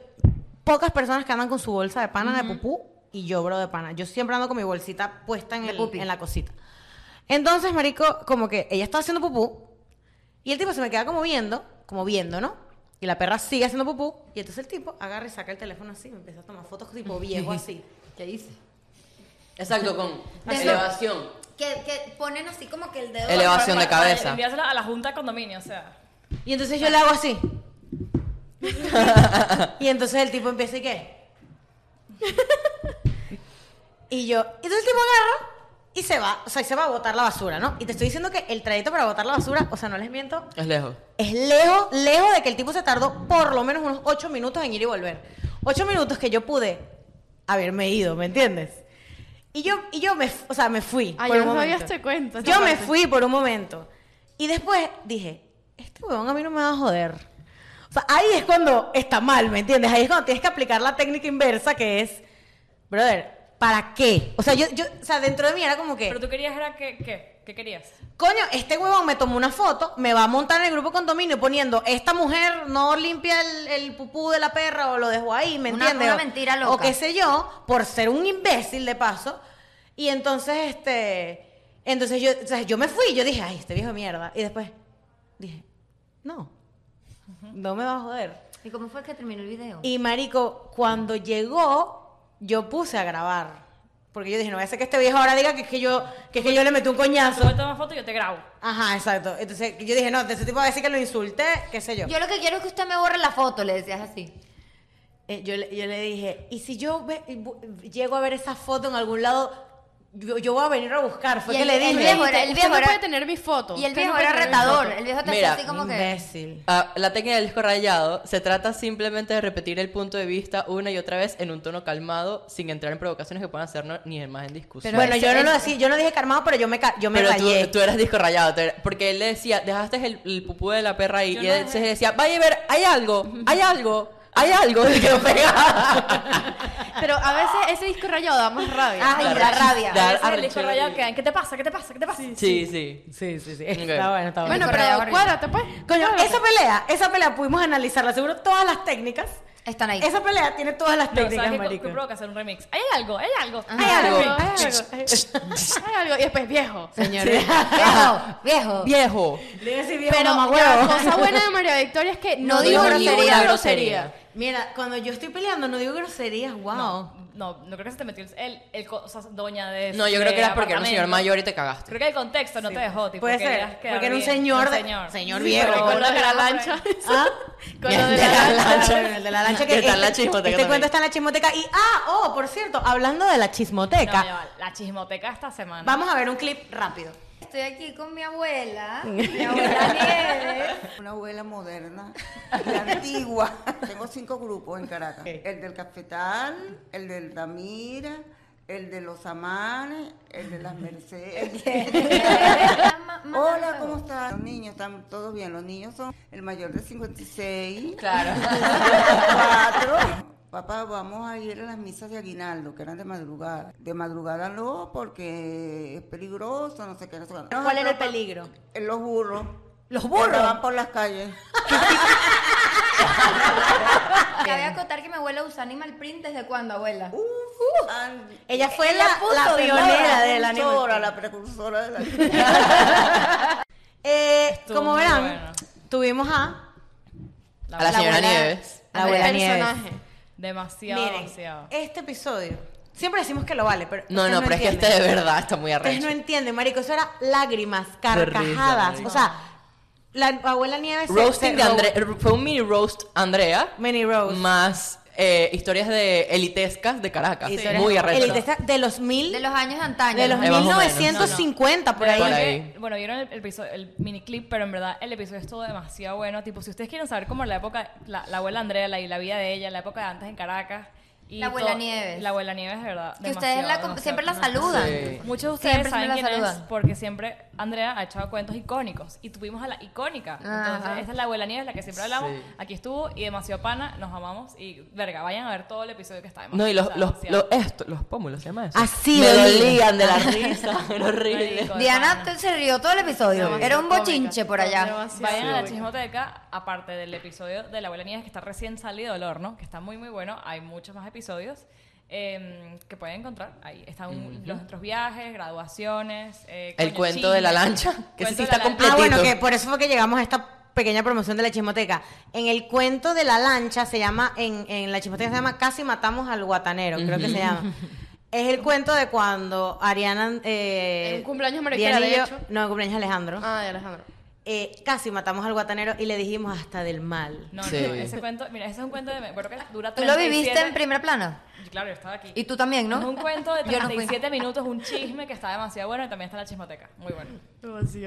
Speaker 1: pocas personas que andan con su bolsa de pana de pupú y yo, bro, de pana. Yo siempre ando con mi bolsita puesta en,
Speaker 5: De
Speaker 1: el-
Speaker 5: pupi.
Speaker 1: en la cosita. Entonces, marico, como que ella estaba haciendo pupú y el tipo se me queda como viendo, como viendo, ¿no? Y la perra sigue haciendo pupú y entonces el tipo agarra y saca el teléfono así, me empieza a tomar fotos tipo viejo así.
Speaker 5: ¿Qué dice?
Speaker 3: Exacto, con
Speaker 5: Eso.
Speaker 3: elevación.
Speaker 5: Que, que ponen así como que el dedo...
Speaker 4: Pues,
Speaker 3: Elevación de
Speaker 4: Para- para
Speaker 3: cabeza.
Speaker 4: Enviársela a la junta de condominio, o sea.
Speaker 1: Y entonces yo le hago así. y entonces el tipo empieza y qué. Y yo, y entonces el tipo agarra y se va, o sea, y se va a botar la basura, ¿no? Y te estoy diciendo que el trayecto para botar la basura, o sea, no les miento,
Speaker 3: Es lejos.
Speaker 1: es lejos, lejos de que el tipo se tardó por lo menos unos ocho minutos en ir y volver. Ocho minutos que yo pude haberme ido, ¿me entiendes? Y yo, y yo me, f- o sea, me fui.
Speaker 2: Ay,
Speaker 1: por
Speaker 2: yo
Speaker 1: un
Speaker 2: no sabía
Speaker 1: momento.
Speaker 2: este cuento, esta
Speaker 1: Yo me
Speaker 2: parte.
Speaker 1: fui por un momento. Y después dije, este huevón a mí no me va a joder. O sea, ahí es cuando está mal, ¿me entiendes? Ahí es cuando tienes que aplicar la técnica inversa que es, brother, ¿para qué? O sea, yo, yo, o sea, dentro de mí era como que...
Speaker 4: Pero tú querías era que, ¿qué? ¿Qué querías?
Speaker 1: Coño, este huevón me tomó una foto, me va a montar en el grupo condominio poniendo, esta mujer no limpia el, el pupú de la perra o lo dejó ahí, ¿me
Speaker 5: Una-
Speaker 1: entiendes?
Speaker 5: una
Speaker 1: O-
Speaker 5: mentira
Speaker 1: O
Speaker 5: loca.
Speaker 1: qué sé yo, por ser un imbécil de paso. Y entonces, este, entonces yo, o sea, yo me fui, yo dije, ay, este viejo de mierda. Y después dije, no, no me va a joder.
Speaker 5: ¿Y cómo fue que terminó el video?
Speaker 1: Y marico, cuando llegó, yo puse a grabar. Porque yo dije, no voy a hacer que este viejo ahora diga que es que yo, que es que yo le metí un
Speaker 4: Tú
Speaker 1: coñazo.
Speaker 4: me tomas foto y yo te grabo.
Speaker 1: Ajá, exacto. Entonces yo dije, no, de ese tipo va a decir que lo insulté, qué sé yo.
Speaker 5: Yo lo que quiero es que usted me borre la foto, le decías así.
Speaker 1: Eh, yo, le- yo le dije, ¿y si yo ve- bu- llego a ver esa foto en algún lado? Yo, yo voy a venir a buscar. Fue
Speaker 5: Y
Speaker 1: que
Speaker 5: el-
Speaker 1: le
Speaker 5: el
Speaker 1: dije,
Speaker 5: viejo era-
Speaker 2: Usted-
Speaker 5: el
Speaker 2: usted
Speaker 5: viejo
Speaker 2: no
Speaker 5: era-
Speaker 2: puede tener mi foto.
Speaker 5: Y el
Speaker 2: Usted no
Speaker 5: viejo
Speaker 2: puede
Speaker 5: era
Speaker 2: tener mi
Speaker 5: retador,
Speaker 2: foto.
Speaker 5: el viejo te
Speaker 3: Mira,
Speaker 5: hacía así como que...
Speaker 1: imbécil.
Speaker 3: Ah, la técnica del disco rayado se trata simplemente de repetir el punto de vista una y otra vez en un tono calmado, sin entrar en provocaciones que puedan hacernos ni en más en discusión.
Speaker 5: Pero
Speaker 1: bueno,
Speaker 5: ese-
Speaker 1: yo no, lo
Speaker 5: ese-
Speaker 1: decía, yo no dije calmado, pero yo me, ca- yo me
Speaker 3: Pero
Speaker 1: rayé.
Speaker 3: tú, tú eras disco rayado, tú eras- porque él le decía, dejaste el, el pupú de la perra ahí,
Speaker 4: Yo
Speaker 3: y
Speaker 4: no
Speaker 3: él se
Speaker 4: dejé.
Speaker 3: decía, vaya a ver, hay algo, hay algo, hay algo, y quedó pegada.
Speaker 2: Pero a veces ese disco rayado da más rabia.
Speaker 1: Ah,
Speaker 5: Ay, da rabia.
Speaker 3: Da-
Speaker 4: A veces el
Speaker 3: arrechera,
Speaker 4: disco rayado
Speaker 3: sí.
Speaker 4: queda en, ¿Qué te pasa? ¿Qué te pasa? ¿Qué te pasa?
Speaker 3: Sí, sí.
Speaker 1: Sí, sí, sí.
Speaker 3: Ok.
Speaker 1: Está bueno, está bueno.
Speaker 2: bueno,
Speaker 5: El
Speaker 2: pero
Speaker 5: disco rayado horrible.
Speaker 2: cuádrate, pues.
Speaker 1: Coño,
Speaker 2: cuádrate.
Speaker 1: esa pelea, esa pelea pudimos analizarla. Seguro todas las técnicas.
Speaker 5: Están ahí.
Speaker 1: Esa pelea tiene todas las
Speaker 4: No,
Speaker 1: técnicas,
Speaker 4: ¿sabes qué?
Speaker 1: marico.
Speaker 4: ¿Qué provoca hacer un remix? Hay algo, hay algo.
Speaker 5: Ajá.
Speaker 1: Hay algo,
Speaker 3: Algo.
Speaker 1: hay algo.
Speaker 2: Hay algo. Y después viejo.
Speaker 5: Señores. Viejo, viejo.
Speaker 3: Viejo.
Speaker 1: Le iba a decir, viejo,
Speaker 2: Pero
Speaker 1: mamá
Speaker 2: la
Speaker 1: huevo.
Speaker 2: cosa buena de María Victoria es que no,
Speaker 5: No
Speaker 2: dijo
Speaker 5: dijo
Speaker 2: ninguna
Speaker 5: grosería.
Speaker 2: grosería.
Speaker 1: Mira, cuando yo estoy peleando no digo groserías, wow.
Speaker 4: No, no, no creo que se te metió el, el, el co- o sea, doña de.
Speaker 3: No, yo creo
Speaker 4: de
Speaker 3: que eras porque era un señor
Speaker 4: apartamento.
Speaker 3: mayor y te cagaste.
Speaker 4: Creo que el contexto no te dejó, tipo.
Speaker 1: Puede
Speaker 4: querías
Speaker 1: ser,
Speaker 4: quedar
Speaker 1: porque era un
Speaker 4: bien,
Speaker 1: señor de-
Speaker 4: señor.
Speaker 1: señor viejo.
Speaker 4: pero
Speaker 2: Con
Speaker 4: con
Speaker 2: lo de la
Speaker 4: cara por
Speaker 2: lancha.
Speaker 4: ahí.
Speaker 1: ¿Ah?
Speaker 2: Con lo de
Speaker 3: De
Speaker 2: la
Speaker 3: la
Speaker 2: lancha.
Speaker 3: lancha.
Speaker 1: El de la lancha que
Speaker 3: Que está en la
Speaker 1: este-
Speaker 3: chismoteca
Speaker 1: Este
Speaker 3: también.
Speaker 1: cuento está en la chismoteca. Y, ah, oh, por cierto, hablando de la
Speaker 4: No,
Speaker 1: chismoteca,
Speaker 4: ya va, la chismoteca esta semana.
Speaker 1: vamos a ver un clip rápido.
Speaker 5: Estoy aquí con mi abuela, mi abuela Nieves.
Speaker 6: Una abuela moderna y antigua. Tengo cinco grupos en Caracas. El del Cafetal, el del Ramira, el de los Amanes, el de las Mercedes.
Speaker 5: Ma- ma-
Speaker 6: Hola, ¿cómo están? Los niños están todos bien. Los niños son el mayor de 56.
Speaker 3: Claro.
Speaker 6: Cuatro. Papá, vamos a ir a las misas de Aguinaldo, que eran de madrugada. De madrugada no, porque es peligroso, no sé qué. No sé qué.
Speaker 1: ¿Cuál era el peligro?
Speaker 6: En los burros.
Speaker 1: ¿Los burros?
Speaker 6: Van por las calles.
Speaker 5: Cabe acotar que mi abuela usa animal print desde cuándo, abuela.
Speaker 6: An-
Speaker 1: Ella fue
Speaker 5: Ella
Speaker 1: la,
Speaker 5: puso
Speaker 1: Uh. la
Speaker 5: de
Speaker 1: pionera
Speaker 5: moda,
Speaker 1: del
Speaker 6: precursora,
Speaker 1: anime.
Speaker 6: la precursora de la
Speaker 1: Eh,
Speaker 4: Estuvo
Speaker 1: como
Speaker 4: muy
Speaker 1: verán,
Speaker 4: bueno.
Speaker 1: tuvimos a
Speaker 3: A la señora
Speaker 1: abuela-
Speaker 3: Nieves.
Speaker 1: La abuela
Speaker 2: El
Speaker 1: Nieves.
Speaker 2: personaje.
Speaker 4: Demasiado,
Speaker 1: Miren,
Speaker 4: demasiado.
Speaker 1: este episodio, siempre decimos que lo vale, pero
Speaker 3: No,
Speaker 1: ustedes
Speaker 3: no, pero es que este
Speaker 1: entienden.
Speaker 3: de verdad está muy
Speaker 1: Ustedes
Speaker 3: arrecho.
Speaker 1: no entienden, marico, eso era lágrimas,
Speaker 3: risa,
Speaker 1: carcajadas,
Speaker 3: marico.
Speaker 1: o sea, la abuela Nieves se-
Speaker 3: Roasting
Speaker 1: se
Speaker 3: de
Speaker 1: robó-
Speaker 3: Andrea. Fue un mini roast Andrea.
Speaker 1: Mini roast.
Speaker 3: Más eh, historias de elitescas de Caracas.
Speaker 1: Sí,
Speaker 3: Muy arrecho.
Speaker 1: el de- de los mil,
Speaker 5: De
Speaker 1: de
Speaker 5: los años de antaño.
Speaker 1: los
Speaker 3: Eh, más o menos.
Speaker 1: 1950 por ahí. Ah,
Speaker 3: Por
Speaker 4: Creo
Speaker 3: ahí.
Speaker 4: que- Eh, bueno, vieron el, el episodio, el miniclip, pero en verdad el episodio estuvo demasiado bueno. Tipo, si ustedes quieren saber cómo la época, la, la abuela Andrea, la, y la vida de ella, la época de antes en Caracas. Y
Speaker 5: La abuela
Speaker 4: todo-
Speaker 5: Nieves.
Speaker 4: La abuela Nieves, de verdad.
Speaker 5: Que ustedes la,
Speaker 4: demasiado,
Speaker 5: com-
Speaker 4: demasiado,
Speaker 5: siempre la
Speaker 4: demasiado.
Speaker 5: saludan.
Speaker 3: Sí.
Speaker 4: Muchos de ustedes
Speaker 5: Siempre,
Speaker 4: saben
Speaker 5: siempre la
Speaker 4: quién es
Speaker 5: saludan.
Speaker 4: porque siempre Andrea ha echado cuentos icónicos y tuvimos a la icónica.
Speaker 5: Ajá.
Speaker 4: Entonces, esta es la abuela Nieves, la que siempre hablamos.
Speaker 3: Sí.
Speaker 4: Aquí estuvo y demasiado pana, nos amamos y verga, vayan a ver todo el episodio que está.
Speaker 3: No, y los,
Speaker 4: demasiado,
Speaker 3: los,
Speaker 4: demasiado.
Speaker 3: los, esto, los pómulos, ¿se llama eso?
Speaker 1: Así
Speaker 3: Me
Speaker 1: dolía.
Speaker 3: dolían de la risa, era horrible.
Speaker 4: Marico, de
Speaker 5: Diana
Speaker 4: pana.
Speaker 5: te- se rió todo el episodio.
Speaker 2: Demasiado
Speaker 5: Era un
Speaker 2: cómica.
Speaker 5: bochinche por allá.
Speaker 2: Demasiado
Speaker 4: Vayan a la
Speaker 2: cómica.
Speaker 4: chismoteca, aparte del episodio de la abuela Nieves que está recién salido del horno, que está muy muy bueno, hay muchos más episodios eh, que pueden encontrar. Ahí están los nuestros viajes, graduaciones, eh,
Speaker 3: El
Speaker 4: coño,
Speaker 3: cuento
Speaker 4: chismes.
Speaker 3: de la lancha, que ese
Speaker 4: Cuento
Speaker 3: sí
Speaker 4: de
Speaker 3: está
Speaker 4: la
Speaker 3: completo.
Speaker 1: Ah, bueno,
Speaker 3: Completito.
Speaker 1: que por eso fue que llegamos a esta pequeña promoción de la chismoteca. En el cuento de la lancha se llama, en, en la chismoteca se llama Casi matamos al guatanero, creo que se llama. Es el cuento de cuando Ariana... Eh,
Speaker 2: En un cumpleaños de Mariquera,
Speaker 1: Diana y
Speaker 2: de
Speaker 1: yo-
Speaker 2: hecho.
Speaker 1: No, en cumpleaños de Alejandro.
Speaker 2: Ah, de Alejandro.
Speaker 1: eh, casi matamos al guatanero y le dijimos hasta del mal.
Speaker 4: Ah, No,
Speaker 3: Sí.
Speaker 4: no, ese cuento, mira, ese es un cuento de... Creo que dura
Speaker 5: ¿Tú lo viviste
Speaker 4: 37
Speaker 5: en primer plano?
Speaker 4: Claro, yo estaba aquí.
Speaker 5: Y tú también, ¿no?
Speaker 4: Es un cuento de
Speaker 5: Yo no fui.
Speaker 4: 37 minutos, un chisme que está demasiado bueno y también está en la chismoteca. Muy bueno.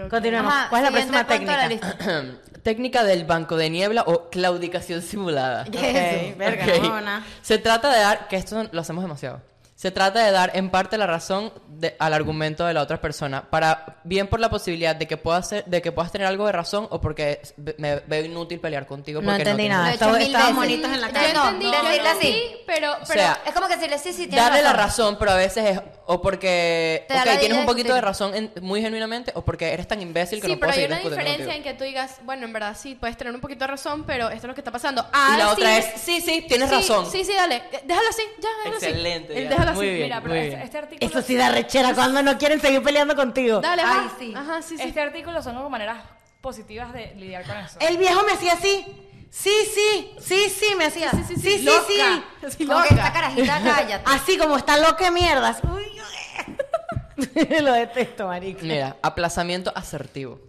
Speaker 1: Continuemos.
Speaker 5: Ajá,
Speaker 1: ¿Cuál es la
Speaker 5: siguiente
Speaker 1: próxima
Speaker 5: punto de la
Speaker 1: técnica?
Speaker 5: lista.
Speaker 3: Em, Técnica del banco de niebla o claudicación simulada.
Speaker 5: ¿Qué es eso?
Speaker 1: Ok, verga,
Speaker 3: Ok.
Speaker 1: no, mamona.
Speaker 3: Se trata de dar, que esto lo hacemos demasiado, se trata de dar en parte la razón de- al argumento de la otra persona, para bien por la posibilidad de que puedas, ser- de que puedas tener algo de razón o porque es- me veo inútil pelear contigo.
Speaker 1: No
Speaker 3: porque
Speaker 1: entendí
Speaker 3: tengo-
Speaker 1: nada.
Speaker 5: Lo he hecho
Speaker 1: Estaba-
Speaker 5: mil
Speaker 1: estaban
Speaker 5: veces.
Speaker 1: bonitos en la
Speaker 5: Yo
Speaker 1: calle.
Speaker 5: no,
Speaker 2: entendí, yo
Speaker 5: decirle así.
Speaker 2: entendí, pero,
Speaker 3: O
Speaker 2: pero
Speaker 3: sea,
Speaker 5: Es como que decirle, sí, sí, tienes
Speaker 3: Darle la
Speaker 5: razón.
Speaker 3: razón, pero a veces es o porque
Speaker 5: Te da
Speaker 3: ok,
Speaker 5: la idea
Speaker 3: tienes
Speaker 5: de
Speaker 3: un poquito de
Speaker 5: discutir.
Speaker 3: razón en- muy genuinamente o porque eres tan imbécil que
Speaker 2: sí,
Speaker 3: no
Speaker 2: pero
Speaker 3: puedo
Speaker 2: hay
Speaker 3: seguir
Speaker 2: una
Speaker 3: discutiendo
Speaker 2: diferencia en
Speaker 3: contigo.
Speaker 2: que tú digas, bueno, en verdad sí, puedes tener un poquito de razón, pero esto es lo que está pasando. Ah,
Speaker 3: y la
Speaker 2: sí,
Speaker 3: otra es, sí, sí, tienes
Speaker 2: sí,
Speaker 3: razón.
Speaker 2: Sí, sí, dale. eh, Déjalo así, ya, déjalo así.
Speaker 3: Excelente,
Speaker 2: El
Speaker 3: ya.
Speaker 2: déjalo
Speaker 3: Muy
Speaker 2: así.
Speaker 3: bien,
Speaker 4: Mira, pero
Speaker 3: muy
Speaker 4: este,
Speaker 3: bien.
Speaker 4: este artículo...
Speaker 1: Eso sí da rechera cuando no quieren seguir peleando contigo.
Speaker 2: Dale,
Speaker 5: Ay,
Speaker 2: ajá.
Speaker 5: sí.
Speaker 2: Ajá, sí, sí.
Speaker 4: Este artículo son como maneras positivas de lidiar con eso.
Speaker 1: El viejo me hacía así. Sí, sí, sí, sí, me hacía. Sí, sí, sí. sí,
Speaker 5: Loca. Ah, Como que esta carajita, cállate.
Speaker 1: Así como está loca de mierdas. Uy, yo- Lo detesto, marico.
Speaker 3: Mira, aplazamiento asertivo.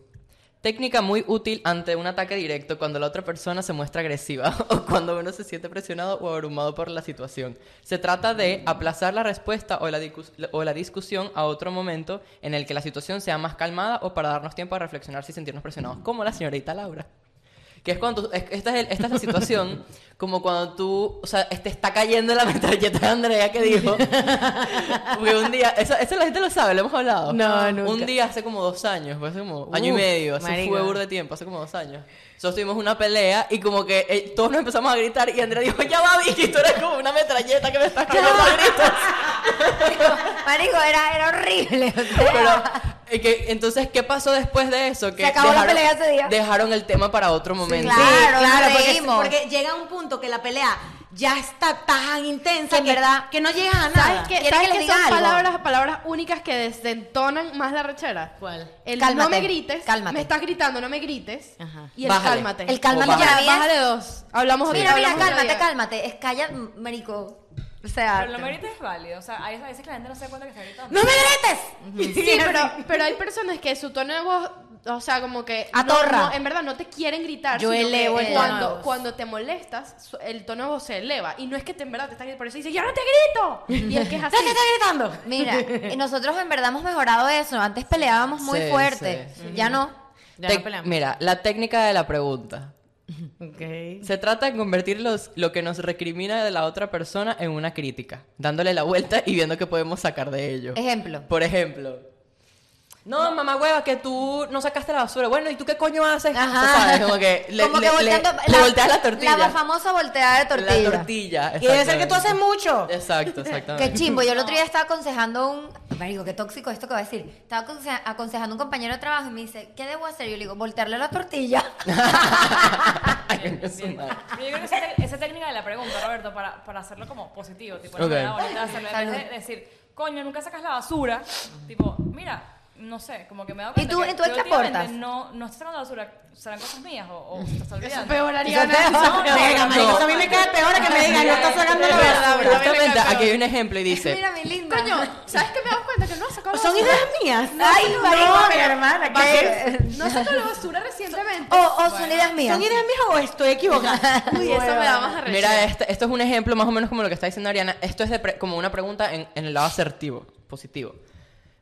Speaker 3: Técnica muy útil ante un ataque directo cuando la otra persona se muestra agresiva o cuando uno se siente presionado o abrumado por la situación. Se trata de aplazar la respuesta o la, discus- o la discusión a otro momento en el que la situación sea más calmada o para darnos tiempo a reflexionar si sentirnos presionados, como la señorita Laura. Que es cuando, tú- es- esta, es el- esta es la situación, como cuando tú, o sea, es- te está cayendo la metralleta de Andrea que dijo. Porque un día, eso, eso la gente lo sabe, lo hemos hablado. Ah.
Speaker 1: No, nunca.
Speaker 3: Un día hace como dos años, fue hace como año y
Speaker 1: Uf,
Speaker 3: medio, hace
Speaker 1: marico.
Speaker 3: fue burda de tiempo, hace como dos años. Nosotros tuvimos una pelea y como que eh, todos nos empezamos a gritar y Andrea dijo, ya va Vicky, tú eres como una metralleta que me estás cayendo a gritos.
Speaker 5: Marico, era, era horrible. o sea.
Speaker 3: Pero, eh, que- entonces, ¿qué pasó después de eso? Que
Speaker 5: Se acabó la pelea ese día.
Speaker 3: Dejaron el tema para otro momento.
Speaker 5: claro. nos
Speaker 1: porque,
Speaker 5: reímos.
Speaker 1: porque llega un punto que la pelea ya está tan intensa
Speaker 5: Que en
Speaker 1: que,
Speaker 5: verdad-
Speaker 1: que no llegas a nada.
Speaker 2: ¿Sabes qué,
Speaker 5: ¿Quieres
Speaker 2: ¿sabes
Speaker 5: que les
Speaker 2: qué
Speaker 5: diga
Speaker 2: son
Speaker 5: algo?
Speaker 2: palabras, palabras únicas que desentonan más la rechera?
Speaker 1: ¿Cuál?
Speaker 2: El
Speaker 5: Cálmate,
Speaker 2: no me grites,
Speaker 5: cálmate.
Speaker 2: me estás gritando, no me grites.
Speaker 1: Ajá.
Speaker 2: Y el
Speaker 3: Bájale.
Speaker 2: cálmate.
Speaker 5: El cálmate
Speaker 3: O
Speaker 2: ya,
Speaker 5: ya había-
Speaker 2: bájale dos. Hablamos otro-
Speaker 5: Mira, mira,
Speaker 2: hablamos otro
Speaker 5: cálmate,
Speaker 2: día.
Speaker 5: cálmate. Es calla, marico. O sea,
Speaker 4: Pero lo mérito es válido. O sea, hay- a veces que la gente no se da cuenta que está gritando.
Speaker 5: ¡No me grites!
Speaker 2: Sí, pero, pero hay personas que su tono de voz, o sea, como que... no-
Speaker 5: Atorra.
Speaker 2: no, en verdad no te quieren gritar.
Speaker 1: Yo
Speaker 2: sino que eh,
Speaker 1: elevo el tono de
Speaker 2: cuando,
Speaker 1: voz.
Speaker 2: cuando te molestas, su- el tono de voz se eleva. Y no es que te, en verdad te están gritando, por eso dices, ¡yo no te grito! Y es que es así.
Speaker 1: ¿Sabes qué está gritando?
Speaker 5: Mira, y nosotros en verdad hemos mejorado eso. Antes peleábamos muy
Speaker 3: Sí,
Speaker 5: fuerte.
Speaker 3: sí.
Speaker 5: Ya no.
Speaker 1: Ya
Speaker 3: Tec-
Speaker 1: no peleamos.
Speaker 3: Mira, la técnica de la pregunta.
Speaker 1: Ok.
Speaker 3: Se trata de convertir los- lo que nos recrimina de la otra persona en una crítica, dándole la vuelta y viendo qué podemos sacar de ello.
Speaker 1: Eh.
Speaker 5: Ejemplo.
Speaker 3: Por ejemplo. No, mamá hueva, que tú no sacaste la basura. Bueno, ¿y tú qué coño haces? ¿Sabes? Como que le,
Speaker 5: Como
Speaker 3: le-
Speaker 5: que
Speaker 3: le-
Speaker 5: volteando-
Speaker 3: le volteas la tortilla.
Speaker 5: La famosa volteada de tortilla.
Speaker 3: La tortilla.
Speaker 1: Y debe ser que
Speaker 3: exactamente.
Speaker 1: tú haces mucho.
Speaker 3: Exacto, exactamente.
Speaker 5: Qué chimbo, yo el otro día estaba aconsejando un. Marico, qué tóxico esto que va a decir. Estaba aconse- aconsejando a un compañero de trabajo y me dice, ¿qué debo hacer? Yo le digo, voltearle la tortilla.
Speaker 3: Ay, coño, su madre.
Speaker 4: Pero yo creo que esa, tec- esa técnica de la pregunta, Roberto, para, para hacerlo como positivo, tipo,
Speaker 3: Ok.
Speaker 4: una manera bonita de hacerlo, en vez de decir, coño, nunca sacas la basura, tipo, mira, no sé, como que me da cuenta
Speaker 5: tú-
Speaker 4: que,
Speaker 5: y tú
Speaker 4: que
Speaker 5: extraportas?
Speaker 4: últimamente no, no estás sacando la basura, serán cosas mías o, o te estás
Speaker 2: Eso es
Speaker 4: olvidando.
Speaker 2: peor, Ariana.
Speaker 5: peor.
Speaker 2: eso es peor.
Speaker 1: Venga, marico, eso a mí me queda peor a que me digan, no estás sacando la verdad, bro.
Speaker 3: Justamente, aquí hay un ejemplo y dice...
Speaker 5: Mira, mi linda.
Speaker 2: Coño, ¿sabes qué me das cuenta? Que no has sacado la
Speaker 1: Son
Speaker 2: basura.
Speaker 1: ideas mías.
Speaker 5: Ay, marico.
Speaker 1: mi hermana, ¿qué?
Speaker 2: No has sacado la basura recientemente.
Speaker 5: O, o son ideas mías.
Speaker 1: ¿Son ideas mías o estoy equivocada?
Speaker 2: Uy, eso me da más arrecho.
Speaker 3: Mira, este- esto es un ejemplo más o menos como lo que está diciendo Ariana. Esto es de pre- como una pregunta en, en el lado asertivo, positivo.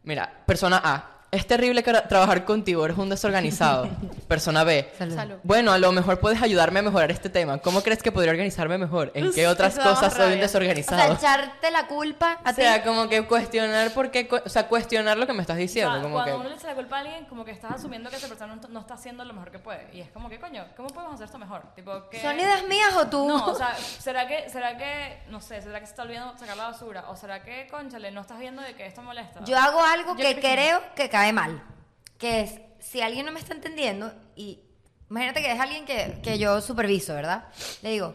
Speaker 3: Mira, persona A. Es terrible cara- trabajar contigo, eres un desorganizado. Persona B.
Speaker 5: Salud.
Speaker 2: Salud.
Speaker 3: Bueno, a lo mejor puedes ayudarme a mejorar este tema. ¿ómo crees que podría organizarme mejor? ¿En qué otras
Speaker 2: eso da más
Speaker 3: cosas soy un
Speaker 2: rabia.
Speaker 5: O sea,
Speaker 3: desorganizado?
Speaker 5: echarte la culpa a
Speaker 3: O
Speaker 5: ti.
Speaker 3: sea, como que cuestionar por qué, cu- o sea, cuestionar lo que me estás
Speaker 4: O sea,
Speaker 3: diciendo, como
Speaker 4: cuando
Speaker 3: que
Speaker 4: uno le echa la culpa a alguien, como que estás asumiendo que esa persona no, no está haciendo lo mejor que puede. Y es como que, coño, ¿cómo podemos hacer esto mejor? Tipo, que...
Speaker 5: ¿Son ideas mías o tú?
Speaker 4: No, o sea, ¿será que, será que, no sé, será que se está olvidando sacar la basura? ¿O será que, conchale, no estás viendo de que esto molesta?
Speaker 5: Yo hago algo
Speaker 2: Yo creo
Speaker 5: que
Speaker 2: que-
Speaker 5: creo que cae mal. Que es, si alguien no me está entendiendo, y imagínate que es alguien que, que yo superviso, ¿verdad? Le digo,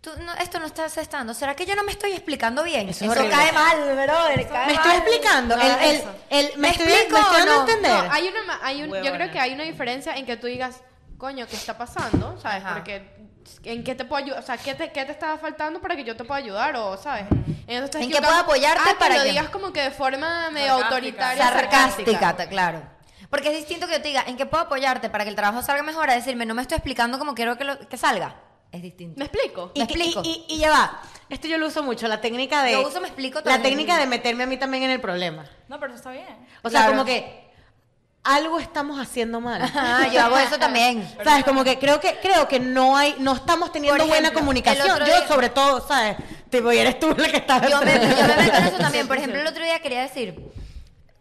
Speaker 5: tú, no, esto no estás estando. ¿Será que yo no me estoy explicando bien? Eso,
Speaker 1: horrible.
Speaker 5: cae mal, brother. cae
Speaker 1: Me estoy
Speaker 5: mal.
Speaker 1: explicando. El,
Speaker 5: Nada de
Speaker 1: el,
Speaker 5: eso.
Speaker 1: el- me,
Speaker 5: ¿Me
Speaker 1: estoy, me
Speaker 5: explico
Speaker 1: estoy
Speaker 5: o
Speaker 1: dando a
Speaker 5: no?
Speaker 1: entender.
Speaker 2: No, hay una, ma- hay un, yo creo
Speaker 1: Huevona.
Speaker 2: que hay una diferencia en que tú digas, coño, ¿qué está pasando? ¿Sabes?
Speaker 5: Ajá.
Speaker 2: Porque, ¿en qué te puedo ayudar? O sea, ¿qué te, qué te estaba faltando para que yo te pueda ayudar? O, ¿sabes? En,
Speaker 5: ¿En qué puedo apoyarte
Speaker 2: ah, que
Speaker 5: para
Speaker 2: lo
Speaker 5: que-
Speaker 2: digas como que de forma medio
Speaker 4: Sarcástica.
Speaker 2: autoritaria.
Speaker 5: sarcástica, ta- claro. Porque es distinto que yo te diga, ¿en qué puedo apoyarte para que el trabajo salga mejor? A decirme, no me estoy explicando cómo quiero que, lo- que salga. Es distinto.
Speaker 2: ¿Me explico?
Speaker 5: ¿Me
Speaker 1: Y, que- y-
Speaker 5: explico?
Speaker 1: y- y ya va. Esto yo lo uso mucho, la técnica de.
Speaker 5: Lo uso, me explico
Speaker 1: La
Speaker 5: también.
Speaker 1: técnica de meterme a mí también en el problema.
Speaker 4: No, pero eso está bien.
Speaker 1: O sea,
Speaker 5: Claro.
Speaker 1: como que algo estamos haciendo mal.
Speaker 5: Ah, yo hago eso también.
Speaker 1: ¿Sabes? Como que creo que creo que no hay no estamos teniendo
Speaker 5: Por
Speaker 1: buena
Speaker 5: ejemplo, el
Speaker 1: comunicación.
Speaker 5: otro
Speaker 1: Yo
Speaker 5: día-
Speaker 1: sobre todo, ¿sabes? Te voy eres tú la que estás
Speaker 5: Yo me, yo me meto en eso también. Por ejemplo, el otro día quería decir,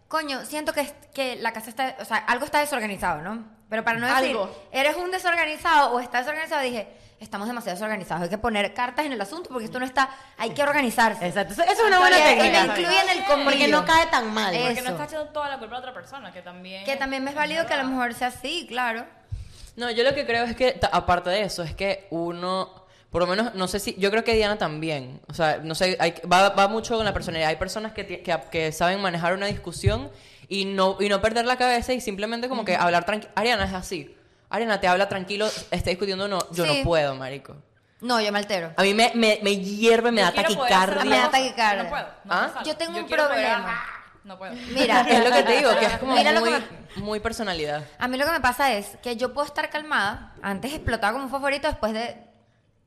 Speaker 5: coño, siento que, es- que la casa está, o sea, algo está desorganizado, ¿no? Pero para no decir,
Speaker 2: Algo.
Speaker 5: eres un desorganizado o estás desorganizado, dije, estamos demasiado desorganizados. Hay que poner cartas en el asunto porque esto no está, hay que organizarse.
Speaker 1: Exacto. Eso es una buena
Speaker 5: Porque eso
Speaker 1: técnica.
Speaker 5: me incluye en el
Speaker 1: Porque
Speaker 5: convivio.
Speaker 1: no cae tan mal.
Speaker 5: Eh,
Speaker 4: Porque no
Speaker 5: Eso.
Speaker 4: está echando toda la culpa a otra persona, que también.
Speaker 5: Que también me es válido que a lo mejor sea así, claro.
Speaker 3: No, yo lo que creo es que, ta- aparte de eso, es que uno, por lo menos, no sé si, yo creo que Diana también, o sea, no sé, hay- va, va mucho con la personalidad. Hay personas que, ti- que, que saben manejar una discusión y no, y no perder la cabeza y simplemente como que hablar tranquilo. Ariana es así. Ariana te habla tranquilo, está discutiendo, no, yo
Speaker 5: Sí.
Speaker 3: no puedo, marico.
Speaker 5: No, yo me altero.
Speaker 3: A mí me, me, me hierve, me da
Speaker 5: Me da
Speaker 3: taquicardia.
Speaker 5: taquicardia.
Speaker 4: No puedo. no
Speaker 3: ¿Ah?
Speaker 4: me sale.
Speaker 5: Yo tengo un
Speaker 4: quiero
Speaker 5: problema.
Speaker 4: pegar, No puedo.
Speaker 5: Mira,
Speaker 3: Es lo que te digo, que es como
Speaker 5: Mira lo
Speaker 3: muy,
Speaker 5: que
Speaker 3: muy personalidad.
Speaker 5: A mí lo que me pasa es que yo puedo estar calmada. Antes explotaba como un favorito, después de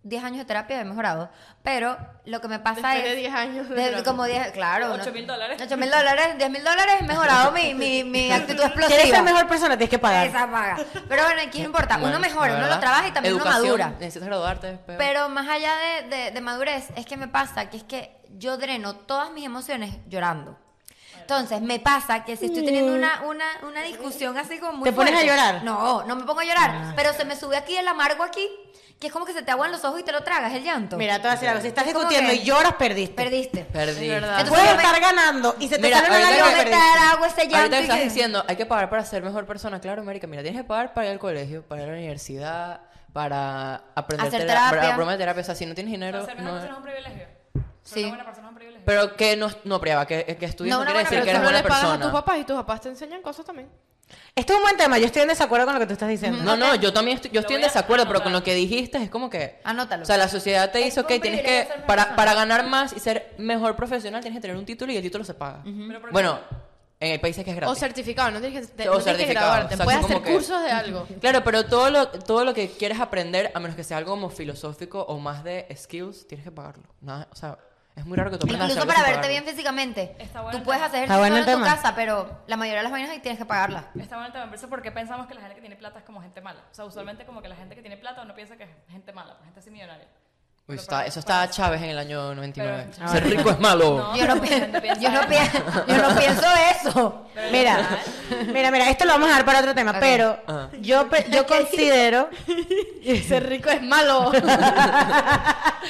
Speaker 5: 10 años de terapia he mejorado. Pero lo que me pasa
Speaker 2: Después
Speaker 5: es.
Speaker 2: de 10 años de
Speaker 5: de-
Speaker 2: terapia.
Speaker 5: como 10, claro.
Speaker 4: Ocho mil dólares.
Speaker 5: 8 mil dólares, 10 mil dólares he mejorado mi, mi, mi actitud explosiva.
Speaker 1: Quieres ser mejor persona, tienes que pagar.
Speaker 5: Esa paga. Pero bueno, aquí no importa.
Speaker 3: Bueno,
Speaker 5: Uno mejora,
Speaker 3: la
Speaker 5: uno lo
Speaker 3: verdad.
Speaker 5: trabaja y también
Speaker 3: Educación,
Speaker 5: uno madura.
Speaker 3: Necesitas graduarte. pero-
Speaker 5: Pero más allá de, de- de madurez, es que me pasa que es que yo dreno todas mis emociones llorando. Entonces, me pasa que si estoy teniendo una, una, una discusión así como muy
Speaker 1: ¿Te pones a
Speaker 5: fuerte-
Speaker 1: llorar?
Speaker 5: No, no me pongo a llorar.
Speaker 3: Ah.
Speaker 5: Pero se me sube aquí el amargo aquí, que es como que se te aguan los ojos y te lo tragas el llanto.
Speaker 1: Mira, te voy a decir algo. Si estás
Speaker 5: Es como
Speaker 1: discutiendo
Speaker 5: que-
Speaker 1: y lloras, perdiste.
Speaker 5: Perdiste.
Speaker 3: Perdí.
Speaker 2: Es verdad.
Speaker 5: Entonces,
Speaker 1: Puedes
Speaker 5: yo me-
Speaker 1: estar ganando y se te
Speaker 3: Mira,
Speaker 1: sale una
Speaker 3: ahorita
Speaker 5: Yo
Speaker 1: lágrima.
Speaker 3: que-
Speaker 5: me
Speaker 1: perdiste.
Speaker 5: trago ese llanto.
Speaker 3: Ahorita
Speaker 5: y
Speaker 3: me estás
Speaker 5: este que-
Speaker 3: diciendo, hay que pagar para ser mejor persona. Claro, América, mira, tienes que pagar para ir al colegio, para ir a la universidad, para aprender
Speaker 5: Hacer
Speaker 3: tera- para
Speaker 5: terapia.
Speaker 3: aprender terapia. O sea, si no tienes
Speaker 4: O sea,
Speaker 3: dinero,
Speaker 4: ser mejor
Speaker 3: no-
Speaker 4: persona es un privilegio. Ser
Speaker 5: Sí.
Speaker 4: una buena persona es un privilegio.
Speaker 3: Pero que no, no Priava, que, que estudies
Speaker 5: No,
Speaker 3: no,
Speaker 5: una
Speaker 3: quiere
Speaker 5: buena
Speaker 3: decir que
Speaker 5: persona.
Speaker 2: no
Speaker 3: eres
Speaker 2: le
Speaker 3: buena
Speaker 2: pagas a tus
Speaker 3: persona.
Speaker 2: papás y tus papás te enseñan cosas también.
Speaker 1: Esto es un buen tema. Yo estoy en desacuerdo con lo que tú estás diciendo.
Speaker 3: No, no, yo también estoy, yo estoy en
Speaker 4: voy a
Speaker 3: desacuerdo, pero
Speaker 4: anotar.
Speaker 3: con lo que dijiste es como que...
Speaker 5: Anótalo.
Speaker 3: O sea, la sociedad te
Speaker 5: Es
Speaker 3: dice,
Speaker 5: un
Speaker 3: ok, tienes
Speaker 5: privilegio
Speaker 3: que...
Speaker 5: ser mejor
Speaker 3: Para,
Speaker 5: persona".
Speaker 3: para ganar más y ser mejor profesional tienes que tener un título y el título se paga.
Speaker 4: Pero ¿por qué?
Speaker 3: Bueno, en el país es que es gratis.
Speaker 2: O certificado, no tienes que, te-
Speaker 3: O
Speaker 2: no tienes que
Speaker 3: certificado,
Speaker 2: graduarte.
Speaker 3: exacto,
Speaker 2: Puedes hacer
Speaker 3: como que-
Speaker 2: cursos de algo.
Speaker 3: Claro, pero todo lo, todo lo que quieres aprender, a menos que sea algo como filosófico o más de skills, tienes que pagarlo. Nada, o sea, es muy raro que tú aprendas a hacer
Speaker 5: Incluso
Speaker 3: algo
Speaker 5: para
Speaker 3: sin
Speaker 5: verte bien
Speaker 3: pagarlo.
Speaker 5: físicamente.
Speaker 4: Está bueno
Speaker 5: Tú
Speaker 4: el
Speaker 5: puedes
Speaker 4: tema.
Speaker 5: hacer
Speaker 1: Está bueno
Speaker 5: ejercicio
Speaker 1: el
Speaker 5: solo en tu
Speaker 1: tema.
Speaker 5: casa, pero la mayoría de las vainas ahí tienes que pagarlas.
Speaker 4: Está bueno también, por eso porque pensamos que la gente que tiene plata es como gente mala. O sea, usualmente como que la gente que tiene plata uno piensa que es gente mala, pues, gente así millonaria.
Speaker 3: Uy,
Speaker 4: Pero
Speaker 3: está-
Speaker 4: para-
Speaker 3: eso
Speaker 4: para-
Speaker 3: estaba Chávez en el año 99.
Speaker 4: Pero-
Speaker 3: Ser rico es malo.
Speaker 4: No,
Speaker 5: Yo no,
Speaker 4: la gente
Speaker 5: pi-
Speaker 4: piensa
Speaker 5: yo no
Speaker 4: eso.
Speaker 5: pi- yo no pienso eso.
Speaker 1: Mira, mira, mira, esto lo vamos a dejar para otro tema,
Speaker 5: Ok.
Speaker 1: pero
Speaker 3: Ajá.
Speaker 1: yo, pe- yo considero
Speaker 2: Ser rico es malo.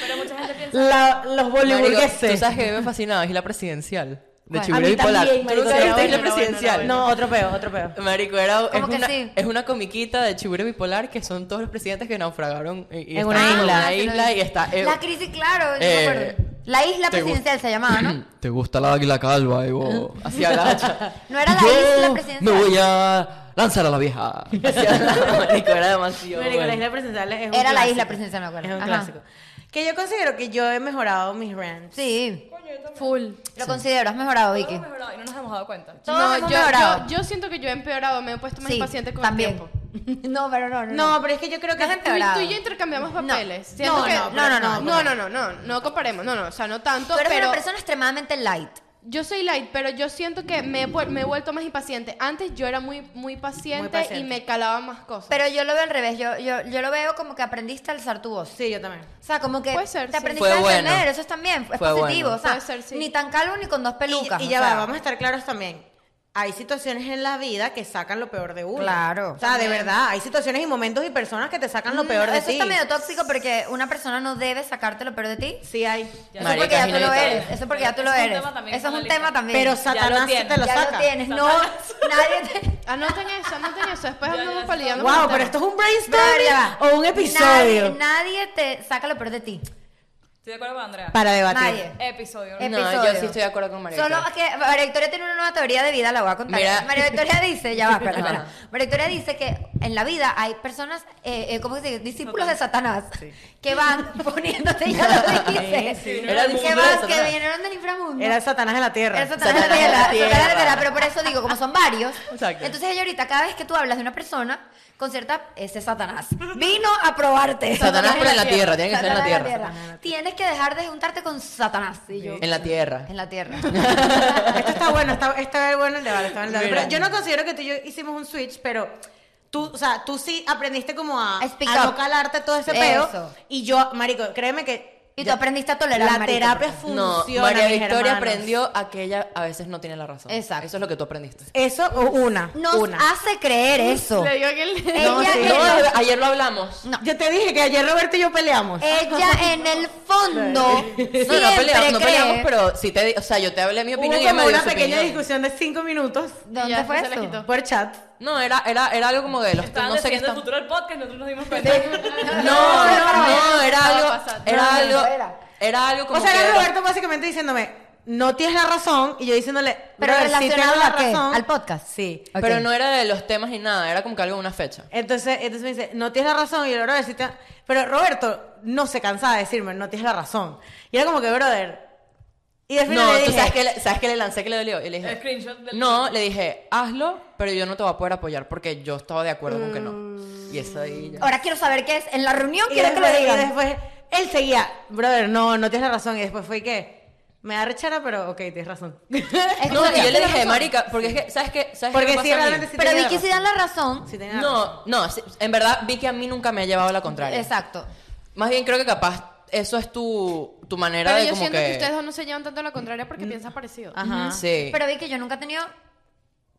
Speaker 4: Pero mucha gente piensa
Speaker 1: la- los
Speaker 3: Marico, Tú
Speaker 1: boliburgueses.
Speaker 3: sabes que me fascinaba, es la presidencial. De
Speaker 5: Bueno,
Speaker 3: Chibura
Speaker 1: a mí
Speaker 3: Bipolar.
Speaker 1: también,
Speaker 3: ¿Tú nunca
Speaker 1: marico,
Speaker 3: viste
Speaker 1: era
Speaker 3: la
Speaker 1: bueno,
Speaker 3: presidencial?
Speaker 1: No, otro peo, otro peo.
Speaker 3: Marico, era, es,
Speaker 5: ¿Cómo que
Speaker 3: una,
Speaker 5: sí?
Speaker 3: es una comiquita de Chibure Bipolar que son todos los presidentes que naufragaron y- y
Speaker 1: En una
Speaker 3: están
Speaker 1: isla.
Speaker 3: En una isla y está. eh,
Speaker 5: la crisis, claro, yo
Speaker 3: eh,
Speaker 5: me acuerdo. La isla
Speaker 3: te gu-
Speaker 5: presidencial se llamaba, ¿no?
Speaker 3: Te gusta la águila calva, Evo. Así agacha.
Speaker 5: No era la
Speaker 3: Yo
Speaker 5: isla presidencial.
Speaker 3: Me voy a lanzar a la vieja. Así agacha, marico, era demasiado.
Speaker 1: Marico, la
Speaker 3: bueno.
Speaker 1: isla presencial es un
Speaker 5: Era la
Speaker 1: clásico.
Speaker 5: isla presencial, me acuerdo.
Speaker 1: Es un
Speaker 5: Ajá.
Speaker 1: clásico. Que yo considero que yo he mejorado mis rants.
Speaker 5: Sí,
Speaker 2: Full.
Speaker 5: lo considero, has mejorado, Vicky.
Speaker 4: hemos mejorado y no nos hemos dado cuenta.
Speaker 5: Todos
Speaker 2: yo,
Speaker 5: hemos
Speaker 2: yo,
Speaker 5: mejorado.
Speaker 2: yo siento que yo he empeorado, me he puesto más
Speaker 5: sí,
Speaker 2: impaciente con el
Speaker 5: también.
Speaker 2: tiempo.
Speaker 5: no, pero no, no.
Speaker 1: No, pero es que yo creo que...
Speaker 5: No es
Speaker 2: Tú, y-
Speaker 5: empeorado.
Speaker 2: tú y yo intercambiamos
Speaker 5: No.
Speaker 2: papeles.
Speaker 5: No,
Speaker 2: Siento
Speaker 5: no,
Speaker 2: que-
Speaker 5: no, no, no,
Speaker 2: no, no, no, no, no comparemos, no, no, o sea, no tanto,
Speaker 5: Tú eres
Speaker 2: pero
Speaker 5: una persona extremadamente light.
Speaker 2: yo soy light, pero yo siento que me he, pu- me he vuelto más impaciente. Antes yo era muy, muy paciente,
Speaker 1: Muy paciente.
Speaker 2: y me calaba más cosas.
Speaker 5: Pero yo lo veo al revés. Yo, yo, yo lo veo como que aprendiste a alzar tu voz.
Speaker 1: Sí, yo también.
Speaker 5: O sea, como que
Speaker 2: Puede ser,
Speaker 5: te
Speaker 2: sí.
Speaker 5: aprendiste
Speaker 3: Fue
Speaker 5: a
Speaker 3: bueno.
Speaker 5: defender. Eso es también, es
Speaker 3: Fue
Speaker 5: positivo.
Speaker 3: bueno.
Speaker 5: O sea,
Speaker 2: Puede ser, sí.
Speaker 5: ni tan calvo ni con dos
Speaker 1: Y-
Speaker 5: pelucas.
Speaker 1: Y,
Speaker 5: o
Speaker 1: ya va,
Speaker 5: sea.
Speaker 1: vamos a estar claros también. Hay situaciones en la vida que sacan lo peor de uno.
Speaker 5: Claro.
Speaker 1: O sea, de verdad, hay situaciones y momentos y personas que te sacan lo
Speaker 5: Mm,
Speaker 1: peor de
Speaker 5: Eso
Speaker 1: ti.
Speaker 5: está medio tóxico porque una persona no debe sacarte lo peor de ti.
Speaker 1: Sí hay.
Speaker 5: Eso
Speaker 3: Marica,
Speaker 5: porque ya
Speaker 3: sí,
Speaker 5: tú lo
Speaker 3: ahorita.
Speaker 5: eres. Eso porque ya tú
Speaker 4: Eso
Speaker 5: lo
Speaker 4: es un
Speaker 5: eres.
Speaker 4: tema también
Speaker 5: Eso es
Speaker 4: con
Speaker 5: un
Speaker 4: la
Speaker 5: tema
Speaker 4: lista.
Speaker 5: también.
Speaker 1: Pero Satanás
Speaker 4: tienes,
Speaker 1: te lo
Speaker 5: ya
Speaker 1: saca.
Speaker 5: lo tienes. No, nadie te.
Speaker 2: Anoten eso, anoten eso, después andamos paliando.
Speaker 1: Wow, pero esto es un brainstorming o un episodio
Speaker 5: Nadie, nadie te saca lo peor de ti.
Speaker 4: Estoy de acuerdo con Andrea.
Speaker 1: para debatir.
Speaker 5: Nadie.
Speaker 4: Episodio.
Speaker 5: Eh,
Speaker 4: ¿no?
Speaker 3: No,
Speaker 5: episodio.
Speaker 3: yo sí estoy de acuerdo con María.
Speaker 5: Solo que María Victoria tiene una nueva teoría de vida, la voy a contar.
Speaker 3: Mira.
Speaker 5: María Victoria dice, ya va, espera, espera.
Speaker 3: Ajá.
Speaker 5: María Victoria dice que en la vida hay personas, eh, eh, ¿cómo se dice? Discípulos de Satanás que van poniéndote, ya lo dije,
Speaker 3: Sí, sí. Era el
Speaker 5: que,
Speaker 3: mundo
Speaker 5: van-
Speaker 3: de Satanás.
Speaker 5: que vinieron del inframundo.
Speaker 1: Era el Satanás en la Tierra.
Speaker 5: Era Satanás de la
Speaker 3: Satanás de la
Speaker 5: tierra,
Speaker 3: tierra.
Speaker 5: Satanás de la tierra, pero por eso digo, como son varios,
Speaker 3: Exacto.
Speaker 5: entonces ella ahorita cada vez que tú hablas de una persona, con cierta, ese es Satanás, vino a probarte.
Speaker 3: Satanás, pero en la tierra, tiene que ser en la
Speaker 5: Satanás de
Speaker 3: tierra.
Speaker 5: Tienes que dejar de juntarte con Satanás, y yo,
Speaker 3: En la tierra.
Speaker 5: en la tierra.
Speaker 1: Esto está bueno, está, está bueno el debate, está bueno el debate.
Speaker 3: Mira.
Speaker 1: Pero yo no considero que tú y yo hicimos un switch, pero tú, o sea, tú sí aprendiste como a,
Speaker 5: A speak
Speaker 1: a
Speaker 5: up.
Speaker 1: no calarte todo ese
Speaker 5: Eso.
Speaker 1: peo. Y yo, marico, créeme que...
Speaker 5: Y tú
Speaker 1: yo-
Speaker 5: aprendiste a tolerar,
Speaker 1: La
Speaker 5: marico,
Speaker 1: terapia
Speaker 5: porque-
Speaker 1: funciona,
Speaker 3: no, María
Speaker 1: mis
Speaker 3: Victoria
Speaker 1: hermanos.
Speaker 3: aprendió a que ella a veces no tiene la razón.
Speaker 5: Exacto.
Speaker 3: Eso es lo que tú aprendiste.
Speaker 1: Eso, o una,
Speaker 5: Nos
Speaker 1: una.
Speaker 5: hace creer eso.
Speaker 2: Le digo que le-
Speaker 5: Ella
Speaker 3: No, sí,
Speaker 5: en
Speaker 3: no,
Speaker 5: el-
Speaker 3: ayer lo hablamos.
Speaker 5: no.
Speaker 1: Yo te dije que ayer Roberto y yo peleamos.
Speaker 5: Eh, Ella en el fondo siempre
Speaker 3: No, no peleamos, no
Speaker 5: cree-
Speaker 3: peleamos, pero sí te, di- o sea, yo te hablé mi
Speaker 1: Hubo
Speaker 3: opinión y ella me
Speaker 1: como
Speaker 3: dio
Speaker 1: una
Speaker 3: su
Speaker 1: pequeña
Speaker 3: opinión.
Speaker 1: discusión de cinco minutos
Speaker 5: ¿Dónde
Speaker 2: Ya,
Speaker 5: fue
Speaker 2: se la
Speaker 5: eso?
Speaker 2: quitó.
Speaker 1: por chat.
Speaker 3: No, era, era, era algo como de los
Speaker 4: Estaban
Speaker 3: no sé qué
Speaker 4: decidiendo el
Speaker 3: están.
Speaker 4: futuro del podcast, nosotros nos dimos cuenta.
Speaker 3: No, no, no, era
Speaker 2: Estaba
Speaker 3: algo,
Speaker 2: pasando.
Speaker 3: era
Speaker 5: No, no, no,
Speaker 3: algo,
Speaker 5: era.
Speaker 3: era algo como
Speaker 1: O sea,
Speaker 3: que
Speaker 1: era
Speaker 3: era-
Speaker 1: Roberto básicamente diciéndome, no tienes la razón, y yo diciéndole,
Speaker 5: Pero
Speaker 1: "Brother, sí tengo
Speaker 5: relacionado
Speaker 1: la
Speaker 5: a qué?
Speaker 1: razón".
Speaker 5: Al podcast.
Speaker 1: Sí.
Speaker 5: Ok.
Speaker 3: pero no era de los temas ni nada, era como que algo de una fecha.
Speaker 1: Entonces, entonces me dice, no tienes la razón. Y yo, brother, sí te- Pero Roberto no se cansaba de decirme, no tienes la razón. Y era como que, brother. Y al final
Speaker 3: No,
Speaker 1: le
Speaker 3: tú
Speaker 1: dije,
Speaker 3: sabes que le, sabes que le lancé que le dolió y le dije,
Speaker 4: El screenshot del-
Speaker 3: no, le dije, hazlo, pero yo no te voy a poder apoyar porque yo estaba de acuerdo con que no. Y eso ahí. ya.
Speaker 5: Ahora quiero saber qué es. En la reunión
Speaker 1: y,
Speaker 5: quiero que lo
Speaker 1: después, y
Speaker 5: digan.
Speaker 1: después, él seguía, brother, no, no tienes la razón. Y después fue que, me da rechera, pero ok, tienes razón.
Speaker 5: Es
Speaker 3: No,
Speaker 5: como
Speaker 3: y yo
Speaker 5: que-
Speaker 3: le dije, marica, porque es que, ¿sabes qué? ¿Sabes
Speaker 1: Porque
Speaker 3: qué me
Speaker 1: sí,
Speaker 3: pasa a mí?
Speaker 1: realmente sí
Speaker 5: Pero
Speaker 1: tenía
Speaker 5: Vicky
Speaker 1: razón.
Speaker 5: sí da la razón.
Speaker 1: Sí tenía razón.
Speaker 3: No, no, sí, en verdad Vicky a mí nunca me ha llevado la contraria.
Speaker 5: Exacto.
Speaker 3: Más bien creo que capaz eso es tu, tu manera
Speaker 2: Pero
Speaker 3: de
Speaker 2: yo
Speaker 3: como
Speaker 2: siento que... ustedes dos no se llevan tanto a la contraria
Speaker 5: Mm.
Speaker 2: porque piensan parecido.
Speaker 5: Ah.
Speaker 1: Ajá.
Speaker 3: Sí.
Speaker 5: Pero Vicky, yo nunca he tenido.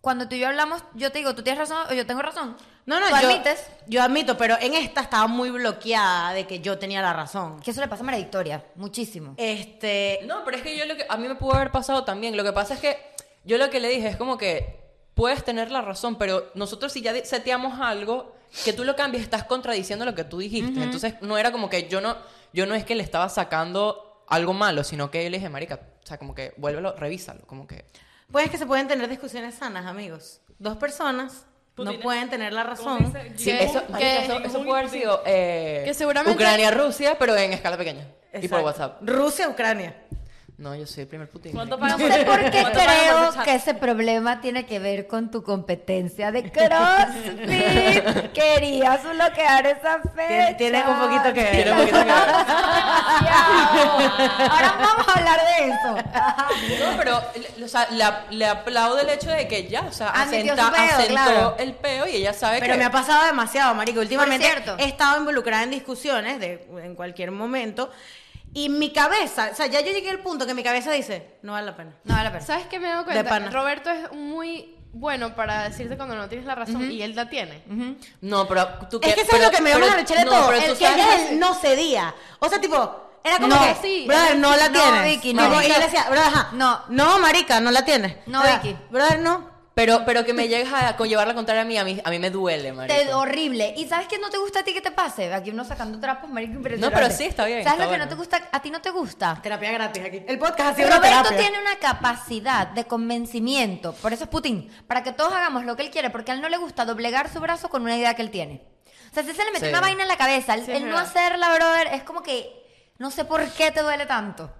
Speaker 5: Cuando tú y yo hablamos, yo te digo, tú tienes razón o yo tengo razón.
Speaker 1: No, no,
Speaker 5: Tú
Speaker 1: yo,
Speaker 5: admites
Speaker 1: yo admito, pero en esta estaba muy bloqueada de que yo tenía la razón.
Speaker 5: que eso le pasa a María Victoria. Muchísimo.
Speaker 1: Este,
Speaker 3: No, pero es que yo lo que a mí me pudo haber pasado también. Lo que pasa es que yo lo que le dije es como que puedes tener la razón, pero nosotros si ya de- seteamos algo que tú lo cambies estás contradiciendo lo que tú dijiste. Entonces no era como que yo no yo no es que le estaba sacando algo malo, sino que yo le dije, "Marica, o sea, como que vuélvelo, revísalo, como que
Speaker 1: pues es que se pueden tener discusiones sanas, amigos. Dos personas no
Speaker 4: Putin.
Speaker 1: pueden tener la
Speaker 4: ¿Cómo
Speaker 1: razón.
Speaker 4: se dice?
Speaker 3: Sí,
Speaker 2: Que-
Speaker 3: eso,
Speaker 2: que-
Speaker 3: marica, eso, eso puede haber sido eh,
Speaker 2: Que seguramente-
Speaker 3: Ucrania-Rusia, pero en escala pequeña. Y por
Speaker 1: Exacto.
Speaker 3: WhatsApp.
Speaker 1: Rusia, Ucrania.
Speaker 3: No, yo soy el primer Putin.
Speaker 4: ¿Cuánto
Speaker 5: No
Speaker 4: pagan por
Speaker 5: sé por qué
Speaker 4: ¿Cuánto pagan por
Speaker 5: creo
Speaker 4: ese chat?
Speaker 5: que ese problema tiene que ver con tu competencia de CrossFit. Querías bloquear esa
Speaker 1: Tiene,
Speaker 5: fecha.
Speaker 1: tiene un poquito que ver.
Speaker 3: Tiene un poquito que ver.
Speaker 5: Ahora vamos a hablar de eso.
Speaker 3: No, pero le- o sea, le, ap- le aplaudo el hecho de que ya, o sea,
Speaker 5: Admitió
Speaker 3: asenta-
Speaker 5: su peo,
Speaker 3: asentó
Speaker 5: claro.
Speaker 3: el peo y ella sabe
Speaker 1: Pero
Speaker 3: que...
Speaker 1: me ha pasado demasiado, marico. Últimamente
Speaker 5: cierto.
Speaker 1: he estado involucrada en discusiones de, en cualquier momento y mi cabeza, o sea, ya yo llegué al punto que mi cabeza dice, no vale la pena.
Speaker 5: No, vale, pero.
Speaker 2: ¿Sabes qué me he dado
Speaker 1: De
Speaker 2: cuenta?
Speaker 1: pana.
Speaker 2: Roberto es muy bueno para decirte cuando no tienes la razón y él la tiene.
Speaker 3: No, pero tú
Speaker 1: Es que eso es
Speaker 3: pero-
Speaker 1: lo que me dio
Speaker 3: pero-
Speaker 1: más arrechera de
Speaker 3: no,
Speaker 1: todo.
Speaker 3: pero tú
Speaker 1: El que
Speaker 3: sabes-
Speaker 1: ella es el no cedía. O sea, tipo, era como
Speaker 5: No.
Speaker 1: que,
Speaker 2: Sí,
Speaker 1: brother,
Speaker 2: es-
Speaker 1: no la
Speaker 5: no,
Speaker 1: tienes.
Speaker 5: Vicky, no.
Speaker 1: Tipo, y yo le
Speaker 5: Marica.
Speaker 1: decía, brother, ajá.
Speaker 5: No.
Speaker 1: No, marica, no la tienes.
Speaker 5: No,
Speaker 1: O sea,
Speaker 5: Vicky.
Speaker 1: Brother, no.
Speaker 3: Pero, pero que me llegues a conllevar la contraria a mí, a mí, a mí me duele, marico.
Speaker 5: Te- horrible. ¿Y sabes qué no te gusta a ti que te pase? Aquí uno sacando trapos, marico, impresionante.
Speaker 3: pero sí, está bien,
Speaker 5: ¿Sabes
Speaker 3: está
Speaker 5: lo que
Speaker 3: bueno.
Speaker 5: no te gusta? A ti no te gusta.
Speaker 1: Terapia gratis aquí. El podcast ha sido una
Speaker 5: Roberto
Speaker 1: terapia.
Speaker 5: tiene una capacidad de convencimiento, por eso es Putin, para que todos hagamos lo que él quiere, porque a él no le gusta doblegar su brazo con una idea que él tiene. O sea, si se le mete
Speaker 3: Sí.
Speaker 5: una vaina en la cabeza, el,
Speaker 2: Sí, es
Speaker 5: el no
Speaker 2: verdad.
Speaker 5: hacerla, brother, es como que no sé por qué te duele tanto.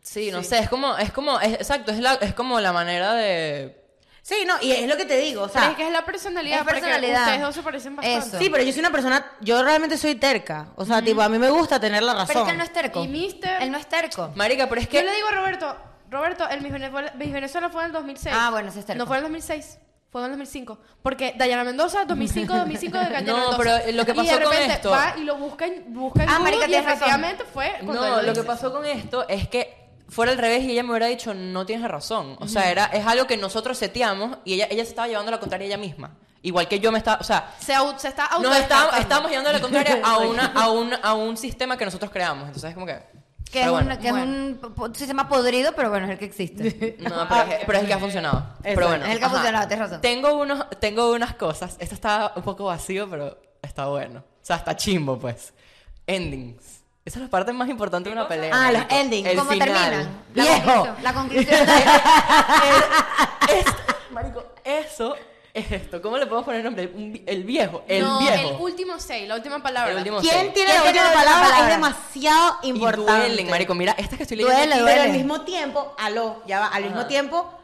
Speaker 3: Sí, no sé, es como, es como, es- exacto, es, la, es como la manera de...
Speaker 1: Sí, no, y es lo que te digo, o sea.
Speaker 2: pero es que es la personalidad,
Speaker 5: Ah. es
Speaker 2: porque
Speaker 5: personalidad.
Speaker 2: ustedes dos se parecen bastante.
Speaker 5: Eso.
Speaker 1: Sí, pero yo soy una persona, yo realmente soy terca. O sea, tipo, a mí me gusta tener la razón.
Speaker 5: Pero es que él no es terco.
Speaker 2: Y mister-
Speaker 5: Él no es terco.
Speaker 3: Marica, pero es
Speaker 2: Yo
Speaker 3: que...
Speaker 2: le digo a Roberto, Roberto, el Miss Venezuela, Miss Venezuela fue en el 2006.
Speaker 5: Ah, bueno, ese es terco.
Speaker 2: No fue en el 2006, fue en el 2005. Porque Dayana Mendoza, 2005, 2005 de Dayana
Speaker 3: No,
Speaker 2: Mendoza.
Speaker 3: pero eh, lo que
Speaker 2: y
Speaker 3: pasó
Speaker 2: de
Speaker 3: con
Speaker 2: repente
Speaker 3: esto-
Speaker 2: va y lo busca en, busca en
Speaker 5: Ah,
Speaker 2: Google
Speaker 5: marica,
Speaker 2: y
Speaker 5: tienes razón.
Speaker 2: efectivamente fue cuando él
Speaker 3: No, lo
Speaker 2: dice.
Speaker 3: que pasó con esto es que fuera al revés y ella me hubiera dicho, no tienes razón. O sea, era, es algo que nosotros seteamos y ella, ella se estaba llevando la contraria ella misma. Igual que yo me estaba, o sea,
Speaker 2: Se, au- se está auto
Speaker 3: No, estábamos, estábamos llevando la contraria a, una, a, un, a un sistema que nosotros creamos. Entonces es como que.
Speaker 5: Que,
Speaker 3: pero
Speaker 5: es,
Speaker 3: bueno.
Speaker 5: una- que es un po- sistema podrido, pero bueno, es el que existe.
Speaker 3: No, pero, es, que- pero es el que ha funcionado. Pero bueno.
Speaker 5: Ah, es el que ha funcionado, tienes razón.
Speaker 3: Tengo, unos, tengo unas cosas. Esto está un poco vacío, pero está bueno. O sea, está chimbo, pues. Endings. Esa es la parte más importante de una pelea.
Speaker 1: Ah, los
Speaker 3: marico.
Speaker 1: endings.
Speaker 3: El
Speaker 5: ¿Cómo
Speaker 3: final.
Speaker 5: terminan? La
Speaker 1: Viejo.
Speaker 5: conclusión, la conclusión.
Speaker 3: Es- marico, eso es esto? ¿Cómo le podemos poner nombre? Un vi- el viejo, el
Speaker 2: no,
Speaker 3: viejo.
Speaker 2: el último say, la última palabra.
Speaker 3: El último
Speaker 1: ¿Quién
Speaker 3: seis.
Speaker 1: tiene la última palabra? Es demasiado
Speaker 3: Y
Speaker 1: importante.
Speaker 3: duelen, marico. Mira, estas que estoy leyendo
Speaker 1: Duele,
Speaker 3: aquí,
Speaker 1: pero al mismo tiempo, aló, ya va, al mismo
Speaker 3: Ajá.
Speaker 1: tiempo,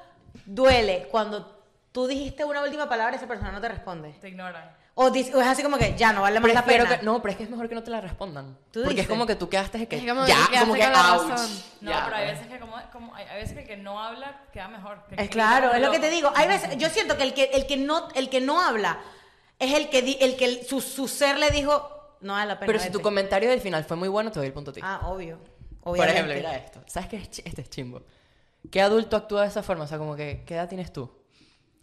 Speaker 1: duele cuando tú dijiste una última palabra y esa persona no te responde.
Speaker 4: Te ignoran.
Speaker 1: O, dice- o es así como que ya no vale más la
Speaker 3: Prefiero
Speaker 1: pena.
Speaker 3: que- no, pero es que es mejor que no te la respondan.
Speaker 1: ¿Tú
Speaker 3: porque
Speaker 1: dices?
Speaker 3: es como que tú quedaste de que,
Speaker 2: Es como
Speaker 3: ya,
Speaker 2: que quedaste
Speaker 3: como que
Speaker 2: con la
Speaker 3: ouch.
Speaker 2: razón.
Speaker 4: No,
Speaker 3: Ya,
Speaker 4: pero hay
Speaker 3: pues.
Speaker 4: veces que como, como hay, hay veces que el que no habla queda mejor. que el
Speaker 1: Es
Speaker 4: que
Speaker 1: claro,
Speaker 4: grita
Speaker 1: es lo que
Speaker 4: como
Speaker 1: te digo.
Speaker 4: loco.
Speaker 1: Hay veces, yo siento que el que, el que no, el que no habla es el que di- el que el- su, su ser le dijo no vale la pena.
Speaker 3: Pero si
Speaker 1: vete".
Speaker 3: tu comentario del final fue muy bueno, te doy el punto a ti.
Speaker 1: Ah, obvio.
Speaker 3: Por
Speaker 1: Obviamente.
Speaker 3: ejemplo, mira esto. ¿Sabes qué es chi- este es chimbo? ¿Qué adulto actúa de esa forma? O sea, como que, ¿qué edad tienes tú?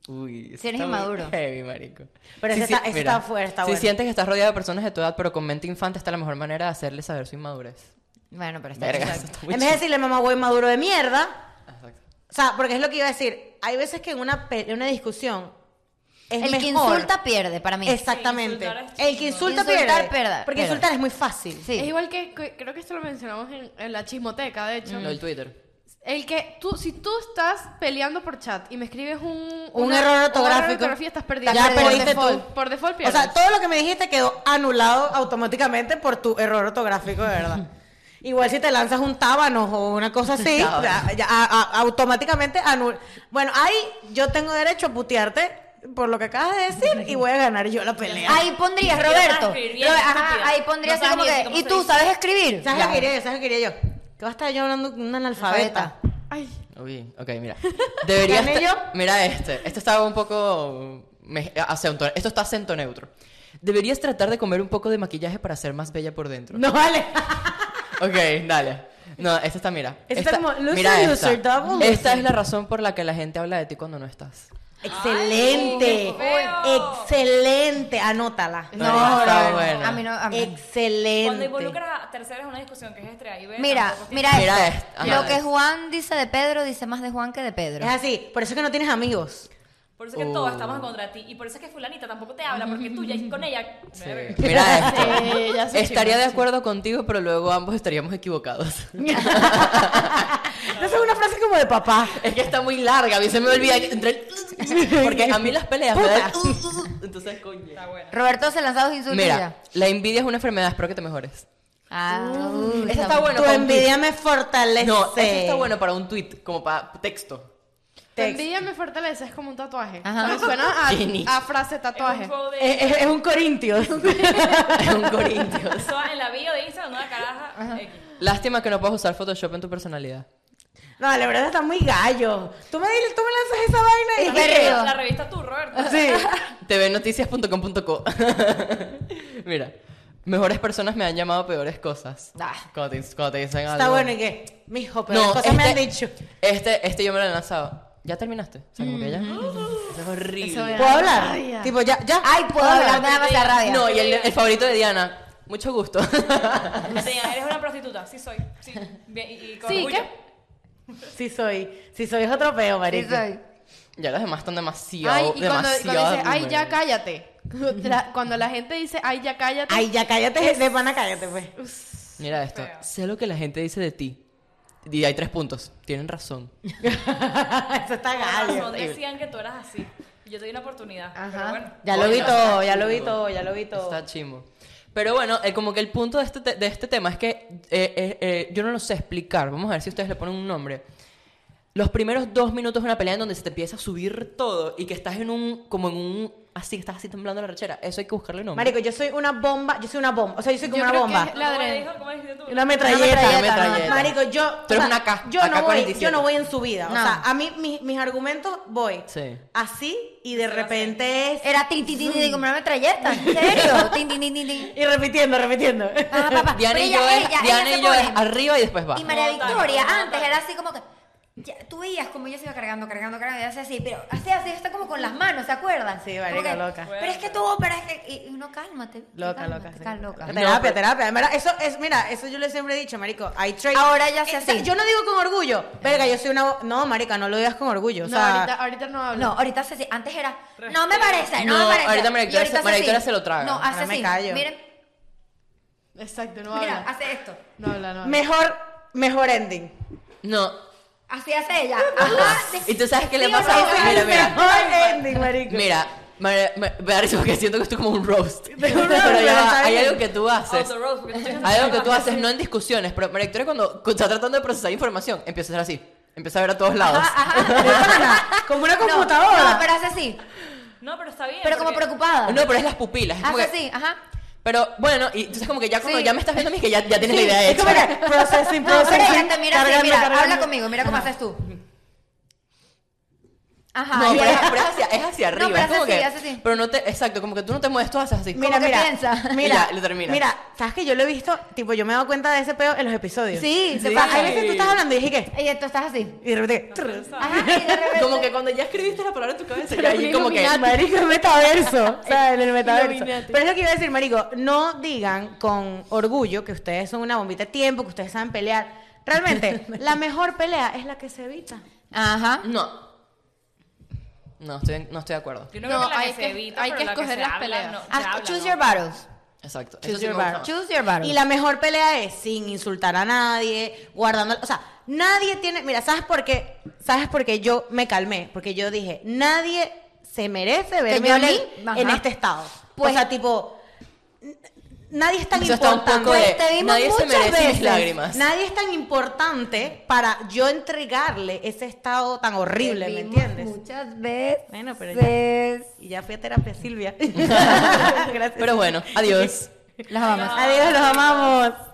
Speaker 3: Uy, eso
Speaker 5: Si eres
Speaker 3: está muy
Speaker 5: inmaduro.
Speaker 3: Heavy, marico.
Speaker 1: Pero ese está- ese está fuera, está
Speaker 3: Si
Speaker 1: bueno.
Speaker 3: sientes que estás rodeado de personas de tu edad, pero con mente infante, está la mejor manera de hacerle saber su inmadurez.
Speaker 5: Bueno, pero está
Speaker 3: Verga,
Speaker 5: chido.
Speaker 3: eso está muy
Speaker 1: En vez de
Speaker 3: chimbo.
Speaker 1: decirle mamá güey maduro de mierda,
Speaker 3: Exacto.
Speaker 1: o sea, porque es lo que iba a decir. Hay veces que en una, pe- en una discusión es
Speaker 5: El que
Speaker 1: mejor-
Speaker 5: insulta pierde para mí.
Speaker 1: Exactamente.
Speaker 4: Sí, insultar es
Speaker 1: el que insulta
Speaker 5: Insultar
Speaker 1: pierde.
Speaker 5: perda-
Speaker 1: porque
Speaker 5: pierde.
Speaker 1: insultar es muy fácil.
Speaker 5: Sí.
Speaker 2: Es igual que, que- creo que esto lo mencionamos en, en la chismoteca, de hecho.
Speaker 3: Lo
Speaker 1: Mm.
Speaker 3: del Twitter.
Speaker 2: El que tú, si tú estás peleando por chat y me escribes un,
Speaker 1: Un
Speaker 2: una-
Speaker 1: error
Speaker 2: un error
Speaker 1: ortográfico,
Speaker 2: ortográfico, estás perdiendo.
Speaker 1: ya
Speaker 2: por
Speaker 1: perdiste
Speaker 2: default,
Speaker 1: tú.
Speaker 2: Por default
Speaker 1: O
Speaker 2: pierdes.
Speaker 1: sea, todo lo que me dijiste quedó anulado automáticamente por tu error ortográfico, de verdad. Igual si te lanzas un tábano o una cosa así, ya- ya- a- a- automáticamente anul. Bueno, ahí yo tengo derecho a putearte por lo que acabas de decir y voy a ganar yo la pelea.
Speaker 5: Ahí pondrías,
Speaker 4: Yo sabes
Speaker 5: Roberto.
Speaker 4: escribir bien,
Speaker 5: Robe- ajá,
Speaker 4: estúpida.
Speaker 5: ahí pondrías
Speaker 4: No
Speaker 5: así como
Speaker 4: sabes ni
Speaker 5: que.
Speaker 4: cómo
Speaker 5: ¿Y
Speaker 4: se
Speaker 5: tú
Speaker 4: dice".
Speaker 5: sabes escribir?
Speaker 1: ¿Sabes lo
Speaker 5: Ya.
Speaker 1: que quería yo? ¿Sabes lo que quería yo? ¿Qué va a estar yo hablando con una analfabeta?
Speaker 2: Ay,
Speaker 3: Uy, ok, mira. Debería
Speaker 1: ¿Gané
Speaker 3: estar- Mira este. Esto estaba un poco... me- acento- esto está acento neutro. Deberías tratar de comer un poco de maquillaje para ser más bella por dentro.
Speaker 1: No vale.
Speaker 3: Ok, dale. No, esta está, mira.
Speaker 1: Esta como loser, loser,
Speaker 3: esta.
Speaker 1: double
Speaker 3: Esta
Speaker 1: loser.
Speaker 3: es la razón por la que la gente habla de ti cuando no estás.
Speaker 1: Excelente.
Speaker 4: Ay, qué feo.
Speaker 1: Excelente. Anótala.
Speaker 5: No,
Speaker 3: Marica, está
Speaker 5: Roberto,
Speaker 3: buena.
Speaker 5: A mí no. a mí no.
Speaker 1: Excelente.
Speaker 4: Cuando involucras a terceros en una discusión que es estrella y ve,
Speaker 5: Mira,
Speaker 4: tampoco es que-
Speaker 5: mira
Speaker 3: Mira
Speaker 5: esto.
Speaker 3: esto, ajá.
Speaker 5: Lo que Juan dice de Pedro dice más de Juan que de Pedro.
Speaker 1: Es así. Por eso es que no tienes amigos.
Speaker 4: Por eso es que todos estamos en contra de ti. Y por eso es que fulanita tampoco te habla, porque tú ya con ella. Verga.
Speaker 3: Mira esto.
Speaker 2: eh, ya sé
Speaker 3: Estaría
Speaker 2: chisme.
Speaker 3: de acuerdo contigo, pero luego ambos estaríamos equivocados.
Speaker 1: Esa es una frase como de papá.
Speaker 3: Es que está muy larga, a mí se me olvida que entre el- porque a mí las peleas me dan- entonces coño.
Speaker 4: Está bueno.
Speaker 5: Roberto se lanzaba dos insultos
Speaker 3: Mira,
Speaker 5: ya.
Speaker 3: la envidia es una enfermedad, espero que te mejores.
Speaker 5: Ah,
Speaker 3: Esta
Speaker 5: esa-
Speaker 3: está buena.
Speaker 1: tu
Speaker 3: para un tweet.
Speaker 1: envidia me fortalece.
Speaker 3: No, esto está bueno para un tweet, como para texto.
Speaker 2: tu
Speaker 1: Text.
Speaker 2: envidia me fortalece, es como un tatuaje.
Speaker 5: Ajá.
Speaker 2: Me suena
Speaker 3: Jenny.
Speaker 2: a, a frase
Speaker 4: Es
Speaker 2: tatuaje.
Speaker 4: un quote de-
Speaker 1: Es, es- es un corintios.
Speaker 3: Es un corintios.
Speaker 4: Eso en la bio de Instagram, una caraja X.
Speaker 3: Lástima que no puedas usar Photoshop en tu personalidad.
Speaker 1: No, la verdad está muy gallo. Tú me, diles- tú me lanzas esa vaina y
Speaker 5: Me
Speaker 4: La-
Speaker 5: río.
Speaker 4: La revista tú, Roberto.
Speaker 3: tvnoticias.com.co Mira, mejores personas me han llamado peores cosas.
Speaker 5: Ah.
Speaker 3: Cuando, te, cuando te dicen algo.
Speaker 1: Está bueno y que, mijo, pero las cosas me han dicho.
Speaker 3: Este, este yo me lo he lanzado. ¿Ya terminaste? O sea, como que ya. Eso es horrible.
Speaker 2: Eso es-
Speaker 1: ¿Puedo hablar?
Speaker 2: Rabia.
Speaker 1: Tipo, ya, ya.
Speaker 5: Ay, puedo hablar, me da demasiada rabia.
Speaker 3: no, y el, el favorito de Diana. Mucho gusto.
Speaker 4: Que te digan, eres una prostituta. Sí, soy. Sí. Bien, y, y con
Speaker 2: Sí,
Speaker 4: orgullo.
Speaker 2: ¿qué?
Speaker 1: Sí soy. Sí soy es otro peo,
Speaker 5: Sí,
Speaker 1: marico.
Speaker 5: soy.
Speaker 3: ya los demás están demasiado.
Speaker 2: Ay, y cuando, cuando
Speaker 3: demasiado
Speaker 2: dices, ay, ya
Speaker 3: número".
Speaker 2: cállate. La- cuando la gente dice, ay, ya cállate.
Speaker 1: Ay, ya cállate, de pana cállate, pues.
Speaker 3: Mira esto.
Speaker 4: Feo.
Speaker 3: Sé lo que la gente dice de ti. Y hay tres puntos. Tienen razón.
Speaker 1: Eso está gallo.
Speaker 4: Razón, decían que tú eras así. Y yo te di una oportunidad. Pero bueno.
Speaker 1: Ya lo vi todo, ya lo vi todo, ya lo vi todo.
Speaker 3: Está chimo. Pero bueno, eh, como que el punto de este, te- de este tema es que eh, eh, eh, yo no lo sé explicar. Vamos a ver si ustedes le ponen un nombre. Los primeros dos minutos de una pelea en donde se te empieza a subir todo y que estás en un, como en un, así, estás así temblando la rechera. Eso hay que buscarle nombre.
Speaker 1: Marico, yo soy una bomba, yo soy una bomba, o sea, yo soy como
Speaker 2: Yo
Speaker 1: una
Speaker 2: creo
Speaker 1: bomba.
Speaker 2: que es
Speaker 4: ¿Cómo
Speaker 2: Ladre.
Speaker 4: le dijo? ¿Cómo dijiste tú?
Speaker 1: Una metralleta.
Speaker 3: Una metralleta.
Speaker 1: ¿no? Marico, yo.
Speaker 3: Tú eres una K,
Speaker 1: Yo no, voy,
Speaker 3: AK-47.
Speaker 1: yo no voy en subida. O
Speaker 5: No.
Speaker 1: sea, a mí mis, mis argumentos voy
Speaker 3: Sí.
Speaker 1: así y de repente es.
Speaker 5: Era tin, tin, tin, tin, como una metralleta. ¿En serio? Tin, tin, tin, tin, tin.
Speaker 1: Y repitiendo, repitiendo.
Speaker 5: Ajá, papá.
Speaker 3: Diana
Speaker 5: Pero
Speaker 3: y
Speaker 5: ella-
Speaker 3: yo, es,
Speaker 5: ella-
Speaker 3: Diana
Speaker 5: ella
Speaker 3: y
Speaker 5: se
Speaker 3: yo es
Speaker 5: pone-
Speaker 3: arriba y después va.
Speaker 5: Y María
Speaker 4: No, tal,
Speaker 5: Victoria
Speaker 4: no, tal.
Speaker 5: antes era así como que. ya, tú veías como ella se iba cargando, cargando, cargando, y hacía así, pero hacía así, está como con las manos, ¿se acuerdan?
Speaker 1: Sí,
Speaker 5: Como
Speaker 1: marica,
Speaker 5: que,
Speaker 1: loca.
Speaker 5: Pero es que tú, pero es que. Y uno, cálmate.
Speaker 1: Loca,
Speaker 5: cálmate,
Speaker 1: loca. sí.
Speaker 5: cal- loca.
Speaker 1: Terapia,
Speaker 3: No, pero-
Speaker 1: terapia. En verdad, eso es, mira, eso yo le siempre he dicho, marico. I trade.
Speaker 5: Ahora ya se
Speaker 1: Eh, o sea,
Speaker 5: así.
Speaker 1: Yo no digo con orgullo.
Speaker 3: Eh.
Speaker 1: Verga, yo soy una. bo- No, marica, no lo digas con orgullo. O
Speaker 2: No,
Speaker 1: sea,
Speaker 2: ahorita, ahorita no hablo.
Speaker 5: No, ahorita hace así. Antes era, no me parece, no,
Speaker 3: No,
Speaker 5: me parece.
Speaker 3: ahorita María
Speaker 5: Y
Speaker 3: Victoria se-
Speaker 5: hace
Speaker 3: María
Speaker 5: así.
Speaker 3: Victoria se lo traga.
Speaker 5: No, hace
Speaker 1: Ahora me
Speaker 5: así.
Speaker 1: callo.
Speaker 5: Miren,
Speaker 2: Exacto, no
Speaker 5: mira,
Speaker 2: habla.
Speaker 5: hace esto.
Speaker 2: No habla, no habla.
Speaker 1: mejor, mejor ending.
Speaker 3: No.
Speaker 5: Así hace ella. Ajá,
Speaker 3: Y tú sabes qué le
Speaker 5: Sí o
Speaker 3: pasa.
Speaker 5: no, Eh, sí.
Speaker 3: Mira, mira.
Speaker 1: Mejor ending, marico.
Speaker 3: Mira, me, me, me da risa porque siento que esto es como un
Speaker 1: roast,
Speaker 3: roast. pero
Speaker 1: pero
Speaker 3: ya va,
Speaker 1: está
Speaker 3: hay
Speaker 1: bien.
Speaker 3: algo que tú haces.
Speaker 4: Off the road, porque tú tienes-
Speaker 3: Hay algo que tú haces, no en discusiones, pero María Victoria cuando cu- está tratando de procesar información, empieza a ser así. Empieza a ver a todos lados.
Speaker 5: Ah,
Speaker 1: Como una
Speaker 5: No,
Speaker 1: computadora.
Speaker 5: No, pero hace así.
Speaker 4: No, pero está bien.
Speaker 5: Pero como
Speaker 4: porque-
Speaker 5: preocupada.
Speaker 3: No, pero es las pupilas. es como
Speaker 5: hace
Speaker 3: que-
Speaker 5: así, ajá.
Speaker 3: Pero bueno, y entonces como que ya cuando
Speaker 5: Ah, Sí.
Speaker 3: ya me estás viendo a mí es que ya, ya tienes la idea
Speaker 1: Es como
Speaker 3: hecha.
Speaker 1: que processing,
Speaker 5: No, pero
Speaker 1: processing.
Speaker 5: ella te mira así,
Speaker 1: cargando,
Speaker 5: mira,
Speaker 1: cargando.
Speaker 5: habla conmigo, mira cómo haces tú. Ajá.
Speaker 3: No,
Speaker 5: y
Speaker 3: pero es,
Speaker 5: ella-
Speaker 3: pero es hacia, es hacia
Speaker 5: ah, No,
Speaker 3: arriba. es
Speaker 5: pero hace
Speaker 3: como
Speaker 5: así,
Speaker 3: que,
Speaker 5: hace así.
Speaker 3: Pero no te, exacto, como que tú no te mueves, tú haces así.
Speaker 5: Mira, que piensa.
Speaker 1: Mira,
Speaker 3: Y ya, lo terminas.
Speaker 1: Mira, sabes que yo lo he visto, tipo, yo me he dado cuenta de ese peo en los episodios.
Speaker 5: Sí, se
Speaker 1: O sea,
Speaker 5: pasa.
Speaker 1: hay veces tú estás hablando y dije que.
Speaker 5: Y tú estás así.
Speaker 1: Y de repente. trrr,
Speaker 5: Ajá, y de repente-
Speaker 3: Como que cuando ya escribiste la palabra en tu cabeza, ya ahí
Speaker 1: Ahí
Speaker 3: como que...
Speaker 1: Marico, el metaverso. o sea, en el metaverso.
Speaker 2: Illuminati.
Speaker 1: Pero es lo que iba a decir, Marico. No digan con orgullo que ustedes son una bombita de tiempo, que ustedes saben pelear. Realmente, la mejor pelea es la que se evita.
Speaker 5: Ajá.
Speaker 3: No. No, estoy, en- no estoy de acuerdo.
Speaker 4: Yo no,
Speaker 2: No,
Speaker 4: creo que la
Speaker 2: hay
Speaker 4: que,
Speaker 2: que-
Speaker 4: se evita,
Speaker 2: hay
Speaker 4: pero
Speaker 2: que
Speaker 4: la
Speaker 2: escoger
Speaker 4: se
Speaker 2: las
Speaker 4: habla,
Speaker 2: peleas.
Speaker 4: no, se
Speaker 5: Haz-
Speaker 4: habla,
Speaker 5: choose
Speaker 4: ¿no?
Speaker 5: your battles.
Speaker 3: Exacto. eso
Speaker 1: Choose
Speaker 3: sí
Speaker 1: your
Speaker 3: me gusta
Speaker 1: battle.
Speaker 3: más.
Speaker 5: Choose your battles.
Speaker 1: Y la mejor pelea es sin insultar a nadie, guardando, o sea, nadie tiene, mira, ¿sabes por qué? ¿Sabes por qué yo me calmé? Porque yo dije, nadie se merece verme
Speaker 5: yo
Speaker 1: a mí
Speaker 5: le- Ajá.
Speaker 1: en este estado.
Speaker 5: Pues-
Speaker 1: o sea, tipo n- nadie es tan
Speaker 3: Eso está un
Speaker 1: importante.
Speaker 3: poco de-
Speaker 5: Pues te vimos
Speaker 3: nadie se
Speaker 5: muchas
Speaker 3: merece mis
Speaker 5: veces.
Speaker 3: lágrimas.
Speaker 1: Nadie es tan importante para yo entregarle ese estado tan horrible, ¿me entiendes?
Speaker 5: Muchas veces.
Speaker 1: Bueno, pero ya. Y ya fui a terapia, Silvia. Gracias.
Speaker 3: Pero bueno, adiós.
Speaker 5: Las vamos.
Speaker 1: Adiós, los amamos.